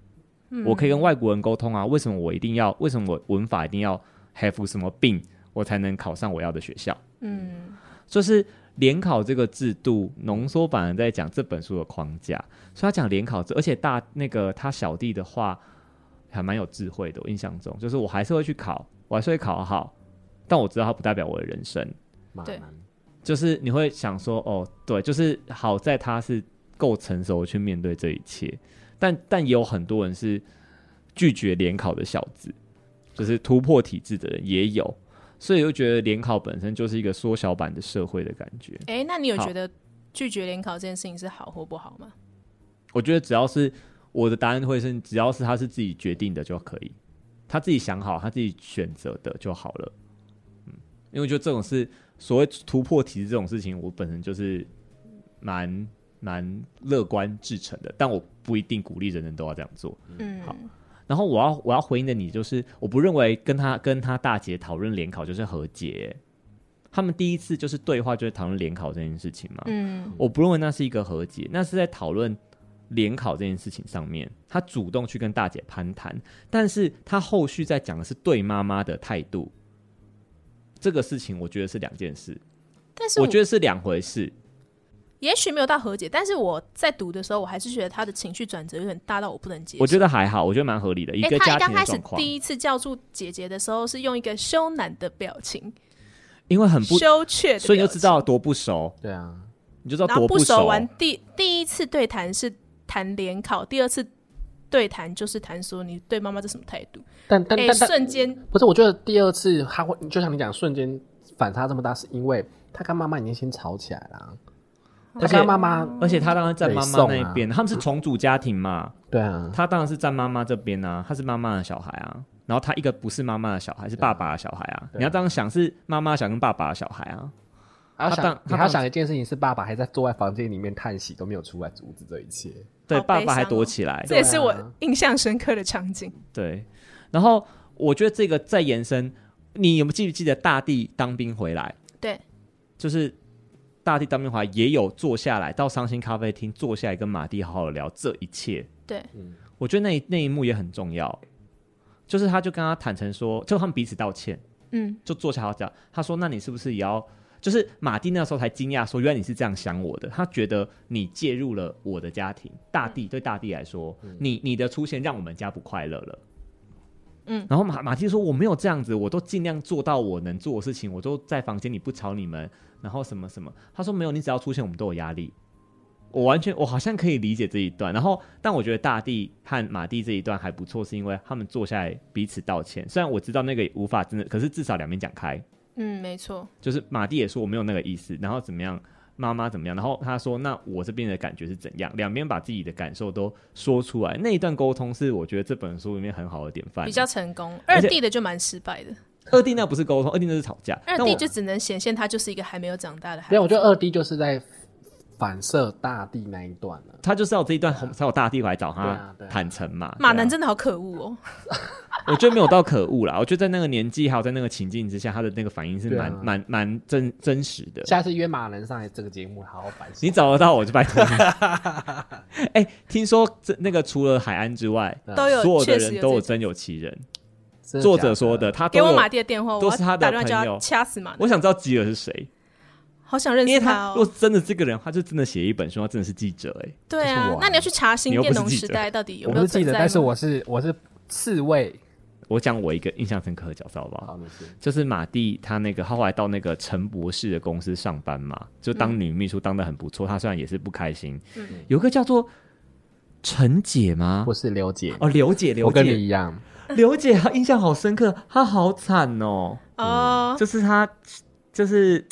嗯
我可以跟外国人沟通啊，为什么我一定要？为什么我文法一定要 have 什么病，我才能考上我要的学校？
嗯，
就是联考这个制度浓缩版地在讲这本书的框架，所以他讲联考制，而且大那个他小弟的话还蛮有智慧的。我印象中，就是我还是会去考，我还是会考好，但我知道它不代表我的人生。
马
对
男
就是你会想说，哦，对，就是好在他是够成熟地去面对这一切，但但也有很多人是拒绝联考的小子，就是突破体制的人也有，所以我就觉得联考本身就是一个缩小版的社会的感觉。
哎、那你有
好
觉得拒绝联考这件事情是好或不好吗？
我觉得只要是我的答案会是，只要是他是自己决定的就可以，他自己想好，他自己选择的就好了。嗯，因为我觉得这种是所谓突破体制这种事情，我本身就是蛮蛮乐观至诚的，但我不一定鼓励人人都要这样做。
嗯，
好然后我要我要回应的你就是，我不认为跟他跟他大姐讨论联考就是和解，他们第一次就是对话，就是讨论联考这件事情嘛。
嗯
我不认为那是一个和解，那是在讨论联考这件事情上面，他主动去跟大姐攀谈，但是他后续在讲的是对妈妈的态度，这个事情我觉得是两件事，
但是
我觉得是两回事。
也许没有到和解，但是我在读的时候，我还是觉得他的情绪转折有点大到我不能接受。
我觉得还好，我觉得蛮合理的，一
哎、
个
他
家
一刚
庭的
开始
状况，
第一次叫住姐姐的时候，是用一个羞赧的表情，
因为很不，
羞怯的表情，
所以你就知道多不熟，
对啊，
你就知道
然
多
后不
熟。
熟完第第一次对谈是谈联考，第二次对谈就是谈说你对妈妈这什么态度，
但但
哎、
但但
瞬间
不是，我觉得第二次他会，就像你讲，瞬间反差这么大，是因为他跟妈妈已经先吵起来了，他
而
跟
且
他妈妈，
而且他当然站妈
北
妈
宋啊
那一边，他们是重组家庭嘛，
对啊，
他当然是站妈妈这边啊，他是妈妈的小孩啊，然后他一个不是妈妈的小孩，是爸爸的小孩啊，
对啊
你要这样想，是妈妈想跟爸爸的小孩啊，
还要
他当
想，你
他
还要
当
想一件事情是，爸爸还在坐在房间里面叹息，都没有出来阻止这一切。
对，
好悲
爸爸还
伤哦
躲起
啊
来，
这也是我印象深刻的场景。
对，然后我觉得这个再延伸，你有没有记不记得大地当兵回来？
对，
就是大地当兵回来也有坐下来到伤心咖啡厅坐下来跟马蒂好好聊这一切。
对，
我觉得那一那一幕也很重要，就是他就跟他坦诚说，就他们彼此道歉，
嗯，
就坐下好好讲。他说：“那你是不是也要？”就是马蒂那时候才惊讶说，原来你是这样想我的。他觉得你介入了我的家庭，大地对大地来说，你你的出现让我们家不快乐了。
嗯，
然后马马蒂说我没有这样子，我都尽量做到我能做的事情，我都在房间里不吵你们，然后什么什么。他说没有，你只要出现，我们都有压力。我完全，我好像可以理解这一段。然后，但我觉得大地和马蒂这一段还不错，是因为他们坐下来彼此道歉。虽然我知道那个也无法真的，可是至少两边讲开。
嗯，没错，
就是马蒂也说我没有那个意思，然后怎么样，妈妈怎么样，然后他说那我这边的感觉是怎样，两边把自己的感受都说出来，那一段沟通是我觉得这本书里面很好的典范。
比较成功。
哎而
二
且
弟的就蛮失败的，
二弟那不是沟通，二弟那是吵架。
二
但
弟
我
就只能显现他就是一个还没有长大的孩
没
子
有，。我觉得二 D 就是在反射大地那一段啊了。
他就是要有这一段红，才有大地来找
对
他
啊对啊
坦诚嘛。对
马
啊
南真的好可恶哦！
我觉得没有到可恶啦，我觉得在那个年纪还有在那个情境之下，他的那个反应是蛮
对啊
蛮蛮真真实的。
下次约马人上来这个节目，好好反省。
你找得到我就拜托你。
[LAUGHS]
哎、听说这那个除了海安之外，
都有
所有的
确实
人
有
都有
这
真有其人。
真的
作
假
者说的，，他都
给我
有。
马蒂的电话，
都
我
是他
要
的
打电话叫
朋
他
友
掐死马南，
我想知道吉尔是谁，
好想认
因
识
为他
哦
如。果真的这个人，他就真的写一本书，他真的是记者哎、
对
这
啊
是我，啊
那你要去查新
你又不
电
是
农
记
时
者
代到底有
我
没
不
有
是记
存
者，
在
但是
吗
我是我是刺猬。
我讲我一个印象深刻的角色好不好？
好，没事。
就是马蒂他那个他后来到那个陈博士的公司上班嘛，就当女秘书当的很不错，他虽然也是不开心。
嗯
有个叫做陈姐吗
我？是刘姐，
哦，刘姐，
我
刘
跟你
姐，
一样，
刘姐，她印象好深刻，她好惨哦，
哦，
就是她就是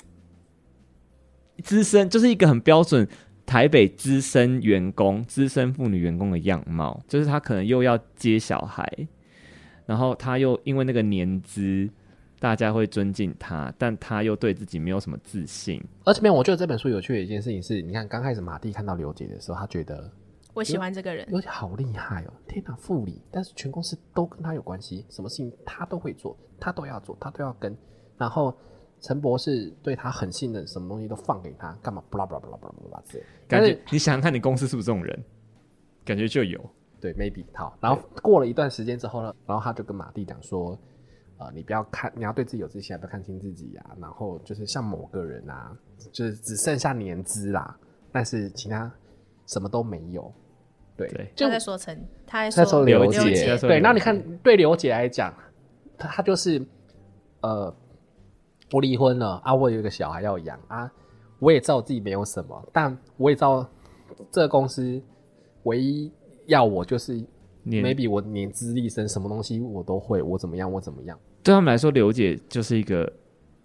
资深，就是一个很标准台北呃资深员工、资深妇女员工的样貌，就是她可能又要接小孩，然后她又因为那个年资，大家会尊敬她，但她又对自己没有什么自信。
而且没有，我觉得这本书有趣的一件事情是，你看刚开始马蒂看到刘姐的时候，他觉得
我喜欢这个人。
刘姐好厉害哦，天哪，副理，但是全公司都跟他有关系，什么事情他都会做，他都要做，他都要跟。然后陈博士对他很信任，什么东西都放给他，干嘛？不啦不啦不啦不啦不啦之类。
感
但
觉
是
你想想看，你公司是不是这种人？感觉就有。
对，maybe 好。然后过了一段时间之后呢，然后他就跟马蒂讲说，呃，你不要看，你要对自己有自信，不要看清自己啊。然后就是像某个人啊，就是只剩下年资啦，但是其他什么都没有。对，
对
就
他在说陈，他
那
在
时候
说
刘
刘
姐
那时候
对，那
刘
你
姐
看对刘姐来讲，她她就是呃，我离婚了啊，我有一个小孩要养啊，我也知道我自己没有什么，但我也知道这个公司唯一要我就是
年
maybe 我年资历深，什么东西我都会，我怎么样我怎么样，
对他们来说，刘姐就是一个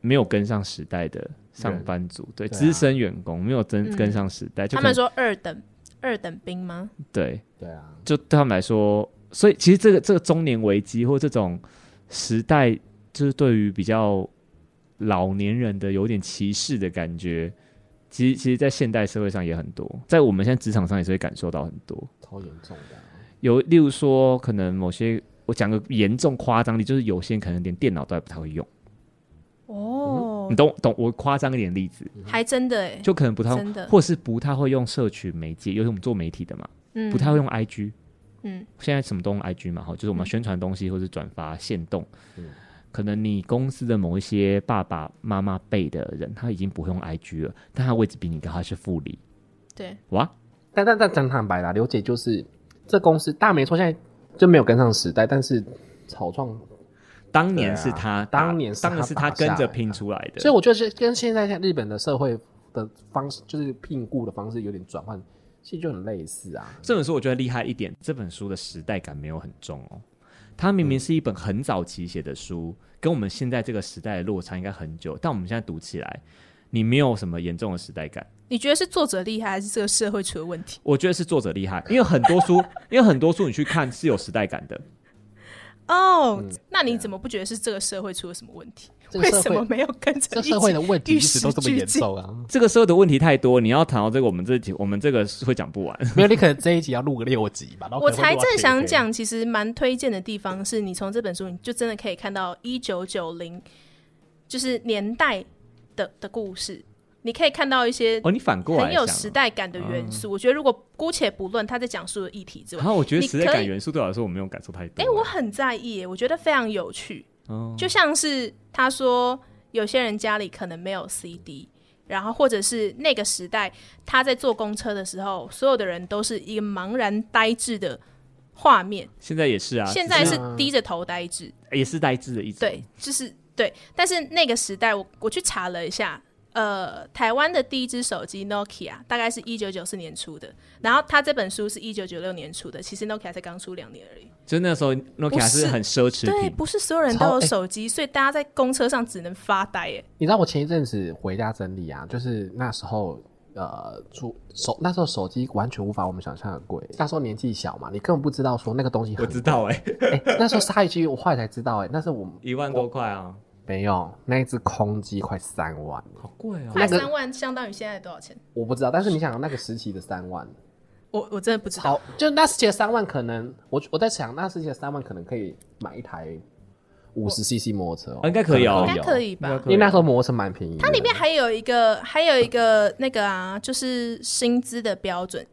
没有跟上时代的上班族，对
对啊
资深员工没有真
嗯
跟上时代，就
他
可能
们说二等二等兵吗？
对，
对啊，
就对他们来说，所以其实这个这个中年危机或这种时代，就是对于比较老年人的有点歧视的感觉，其实其实，在现代社会上也很多，在我们现在职场上也是会感受到很多。
超严重的啊、
有，例如说，可能某些我讲个严重夸张的，就是有些人可能连电脑都还不太会用。
哦，哦
嗯你，懂懂我夸张一点例子，
还真的哎，
就可能不太
真的
或是不太会用社群媒介，尤其我们做媒体的嘛，
嗯
不太会用 IG。
嗯
现在什么都用 IG 嘛，哈，就是我们要
嗯
宣传东西或是转发限动，
嗯
可能你公司的某一些爸爸妈妈辈的人，他已经不会用 IG 了，但他位置比你高，他是副理，
对，
哇，
但但但讲坦白啦，刘姐就是这公司大没错，现在就没有跟上时代，但是草创，
当年是他打，
啊当年是他
当年是他
打下来
跟
的
着拼出来的，
所以我觉得是跟现在日本的社会的方式，就是聘雇的方式有点转换，其实就很类似啊。
这本书我觉得厉害一点，这本书的时代感没有很重哦。它明
嗯
明是一本很早期写的书，跟我们现在这个时代的落差应该很久，但我们现在读起来，你没有什么严重的时代感。
你觉得是作者厉害，还是这个社会出了问题？
我觉得是作者厉害，因为很多书， [LAUGHS] 因为很多书你去看是有时代感的。
哦，
嗯
那
啊
你怎么不觉得是这个社会出了什么问题？
这
[LAUGHS]
个
为
社
什
会
么没有跟着
这
一起
社会的问题
与
一直都
时
这么
俱
严
进
重啊！
这个社会的问题太多，你要谈到这个，我们这集我们这个是会讲不完。
[LAUGHS] 没有，你可能这一集要录个六集吧。然后
我
可能会
才
录到
正想
KK
讲，其实蛮推荐的地方是你从这本书，你就真的可以看到一九九零就是年代的的故事，你可以看到一些
[LAUGHS] 哦，你反过来
很
想
有
哦，
时代感的元
嗯
素。我觉得如果姑且不论他在讲述的议题之外
然，后我觉得时代
你可
感
以
元素对我来说我没有感受太多。
哎、我很在意耶，我觉得非常有趣。
哦
就像是他说，有些人家里可能没有 CD，然后或者是那个时代他在坐公车的时候，所有的人都是一个茫然呆滞的画面，
现在也是啊，
现在
只
是低着头呆滞，
也是呆滞的一种。
对，就是对。但是那个时代我，我去查了一下，呃，台湾的第一只手机 Nokia 大概是一九九四年出的，然后他这本书是一九九六年出的，其实 Nokia 才刚出两年而已。
就那时候 Nokia 是
是
很奢侈
对，
品，
不是所有人都
超
有
哎
手机，所以大家在公车上只能发呆耶。
你知道我前一阵子回家整理啊，就是那时候呃，出手那时候手机完全无法我们想象的贵。那时候年纪小嘛，你根本不知道说那个东西
我
很
知道哎、
哎、那时候鲨鱼机我后来才知道哎、那时候我
[LAUGHS] 一万多块啊，
没有那一只空机快三万，
好贵哦
快
那个
三万相当于现在多少钱？
我不知道。但是你想那个时期的三万，
我我真的不知道。
好，就那时期的三万可能我我在想那时期的三万可能可以买一台五十 CC 摩托车、哦
应该可以哦
应该可以吧？
因为那时候摩托车蛮便宜的。
它里面还有一个，还有一个那个啊，就是薪资的标准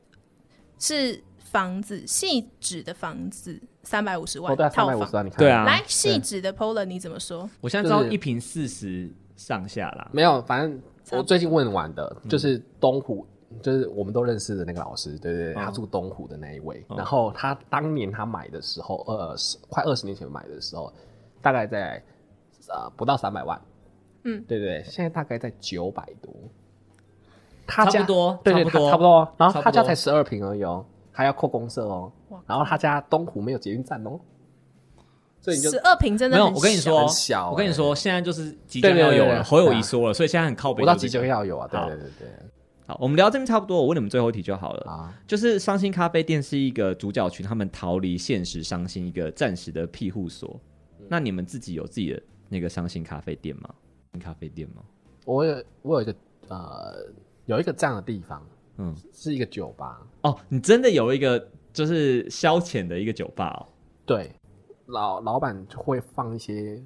是房子细纸的房子三百五十万
哦对啊，三
套
百五
房
十。万，你看
对啊
来细纸的 Polar 你怎么说？
我现在知道
就是
一瓶四十上下啦，
没有，反正我最近问完的，
嗯
就是东湖，就是我们都认识的那个老师，对对对，
嗯
他住东湖的那一位。然后他当年他买的时候，呃，十快二十年前买的时候，大概在呃不到三百万，
嗯
对对，对现在大概在九百多，他
差
家
不多
对对，
差
他
不多
差不多哦。然后
差
他
不多
家才十二平而已哦，还要扣公社哦
哇。
然后他家东湖没有捷运站哦，所以你就
十二平真的
没有，
很
我跟你
小
说
很小，欸
我跟你说，现在就是即将要
对对
有
对对
了，
对
侯友谊说了，所以现在很靠北就
我到
是这个。
急救要有啊，对
好
对对对
好，我们聊这边差不多，我问你们最后一题就好了。
啊。
就是伤心咖啡店是一个主角群，他们逃离现实伤心一个暂时的庇护所。那你们自己有自己的那个伤心咖啡店吗？咖啡店吗？
我有我有一个呃，有一个这样的地方，
嗯，
是一个酒吧，
哦，你真的有一个就是消遣的一个酒吧哦。
对，老老板就会放一些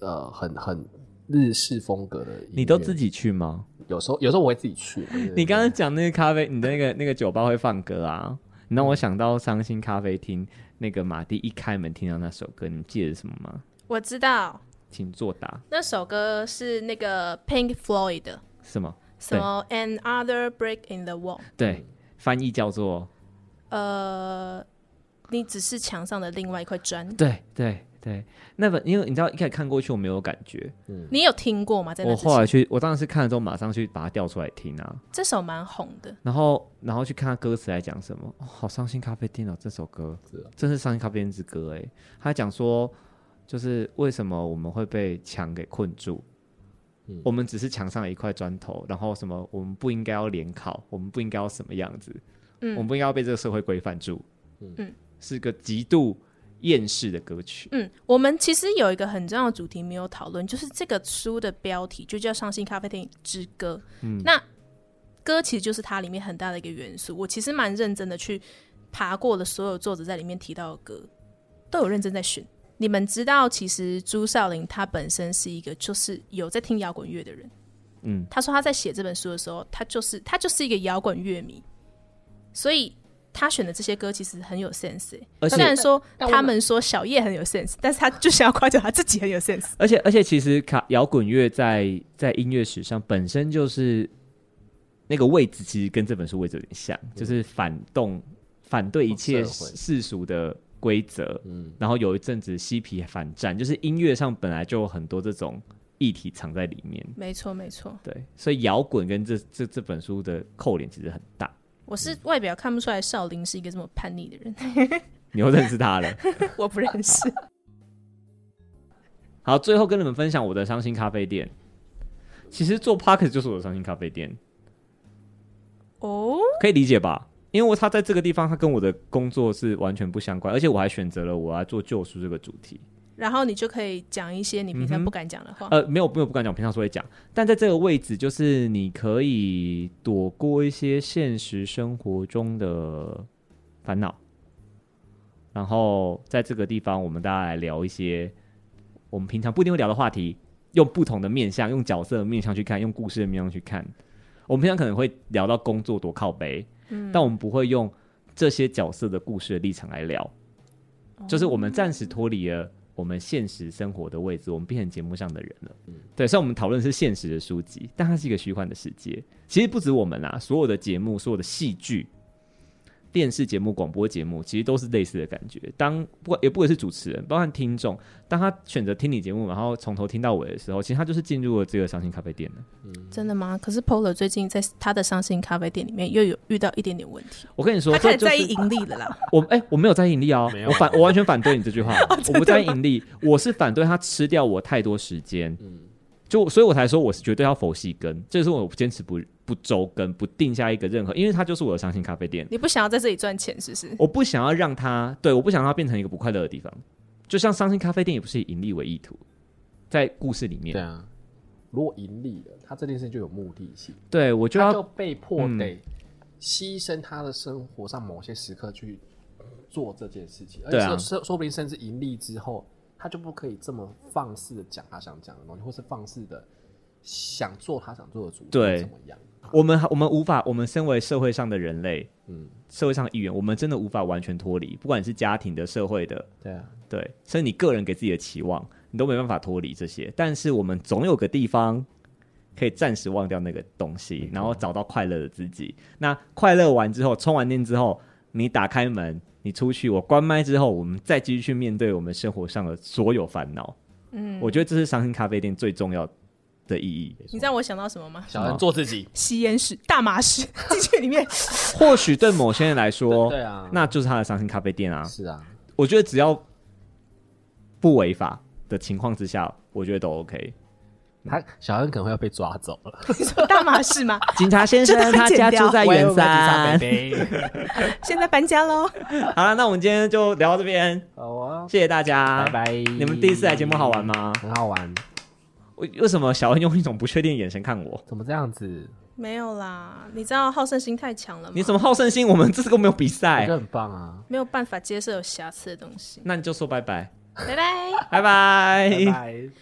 呃很很日式风格的音乐，
你都自己去吗？
有时候有时候我会自己去，对对对
你刚刚讲那个咖啡，你的那个那个酒吧会放歌啊，你让我想到伤心咖啡厅那个马蒂一开门听到那首歌，你们记得什么吗？
我知道
请作答，
那首歌是那个 Pink Floyd 的
是吗？
什么 Another Break in the Wall，
对，翻译叫做
呃，你只是墙上的另外一块砖。
对对对，那本因为你知道一开始看过去我没有感觉，
你有听过吗？在那
我
之
后来
前，
去，我当时看了之后马上去把它调出来听啊，
这首蛮红的。
然后然后去看它歌词在讲什么，哦，好伤心咖啡店哦，这首歌
是啊
真是伤心咖啡店之歌哎，他讲说就是为什么我们会被墙给困住。
嗯
我们只是墙上的一块砖头，然后什么？我们不应该要联考，我们不应该要什么样子，我们
嗯
不应该要被这个社会规范住。
嗯，
是个极度厌世的歌曲。
嗯，我们其实有一个很重要的主题没有讨论，就是这个书的标题就叫《伤心咖啡厅之歌》。嗯，那歌其实就是它里面很大的一个元素。我其实蛮认真的去爬过了所有作者在里面提到的歌，都有认真在选。你们知道，其实朱少林他本身是一个就是有在听摇滚乐的人。
嗯，
他说他在写这本书的时候，他就是他就是一个摇滚乐迷，所以他选的这些歌其实很有 sense 欸、
而且
虽然说
但我
他们说小叶很有 sense，但是他就想要夸奖他自己很有 sense。
而且而且，其实卡摇滚乐在在音乐史上本身就是那个位置，其实跟这本书位置有点像，就是反动、反对一切
社会
世俗的规则。
嗯，
然后有一阵子嬉皮反战，就是音乐上本来就有很多这种议题藏在里面。
没错，没错，
对，所以摇滚跟这这这本书的扣连其实很大。
我是外表看不出来少林是一个这么叛逆的人，
你又认识他了。
[LAUGHS] 我不认识。
好，最后跟你们分享我的伤心咖啡店。其实做 p o c k e t 就是我的伤心咖啡店，
哦，
可以理解吧？因为他在这个地方，他跟我的工作是完全不相关，而且我还选择了我要做救赎这个主题。
然后你就可以讲一些你平常不敢讲的话。
呃，没有没有不敢讲，平常是会讲。但在这个位置，就是你可以躲过一些现实生活中的烦恼，然后在这个地方，我们大家来聊一些我们平常不一定会聊的话题，用不同的面向，用角色的面向去看，用故事的面向去看。我们平常可能会聊到工作多靠背，但我们不会用这些角色的故事的立场来聊，
哦
就是我们暂时脱离了我们现实生活的位置，我们变成节目上的人了。
嗯
对，虽然我们讨论是现实的书籍，但它是一个虚幻的世界。其实不止我们啦，所有的节目、所有的戏剧、电视节目、广播节目，其实都是类似的感觉。当不管也不管是主持人，包含听众，当他选择听你节目，然后从头听到尾的时候，其实他就是进入了这个伤心咖啡店了。
真的吗？可是 Polar 最近在他的伤心咖啡店里面又有遇到一点点问题，
我跟你说，
他
这
开始
就是
在意盈利了啦。
我哎、我没有在意盈利哦
没，有
我反我完全反对你这句
哦
话，我不在意盈利，我是反对他吃掉我太多时间，
嗯
就所以我才说我是绝对要佛系跟，这是我坚持不不周更，不定下一个任何，因为它就是我的伤心咖啡店，
[LAUGHS] 你不想要在这里赚钱是不是？
我不想要让它对，我不想让它变成一个不快乐的地方，就像伤心咖啡店也不是以盈利为意图，在故事里面，
对啊。如果盈利了，他这件事情就有目的性，
对我就
他
要嗯
就被迫得牺牲他的生活上某些时刻去做这件事情，而且
对啊
说说说不定甚至盈利之后，他就不可以这么放肆的讲他想讲的东西，或是放肆的想做他想做的主题
对
怎么样？
我们我们无法，我们身为社会上的人类，
嗯，
社会上的一员，我们真的无法完全脱离，不管是家庭的、社会的。
对啊，
对，甚至你个人给自己的期望，你都没办法脱离这些。但是我们总有个地方可以暂时忘掉那个东西，然后找到快乐的自己。那快乐完之后，充完电之后，你打开门，你出去，我关麦之后，我们再继续去面对我们生活上的所有烦恼。嗯，我觉得这是伤心咖啡店最重要的意义。
你知道我想到什么吗？
小人做自己，
吸烟室、大麻 [LAUGHS] 室进去里面，
或许对某些人来说，
对啊
那就是他的伤心咖啡店啊。
是啊，
我觉得只要不违法的情况之下，我觉得都 OK。嗯
他小恩可能会要被抓走了。
你说大麻室吗？
警察先
真的
生
很
他
简
家
单
住在圆山。
现在搬家喽。
好了，那我们今天就聊到这边，
[LAUGHS] 好啊，
谢谢大家，
拜拜。
你们第一次来节目好玩？吗？
很好玩，
为为什么小恩用一种不确定的眼神看我？
怎么这样子？
没有啦，你知道好胜心太强了吗？
你怎么好胜心？我们这次都没有比
我觉
赛
得，很棒啊！
没有
[LAUGHS]
办法接受有瑕疵的东西？
那你就说拜拜，
拜拜。
拜拜
拜拜。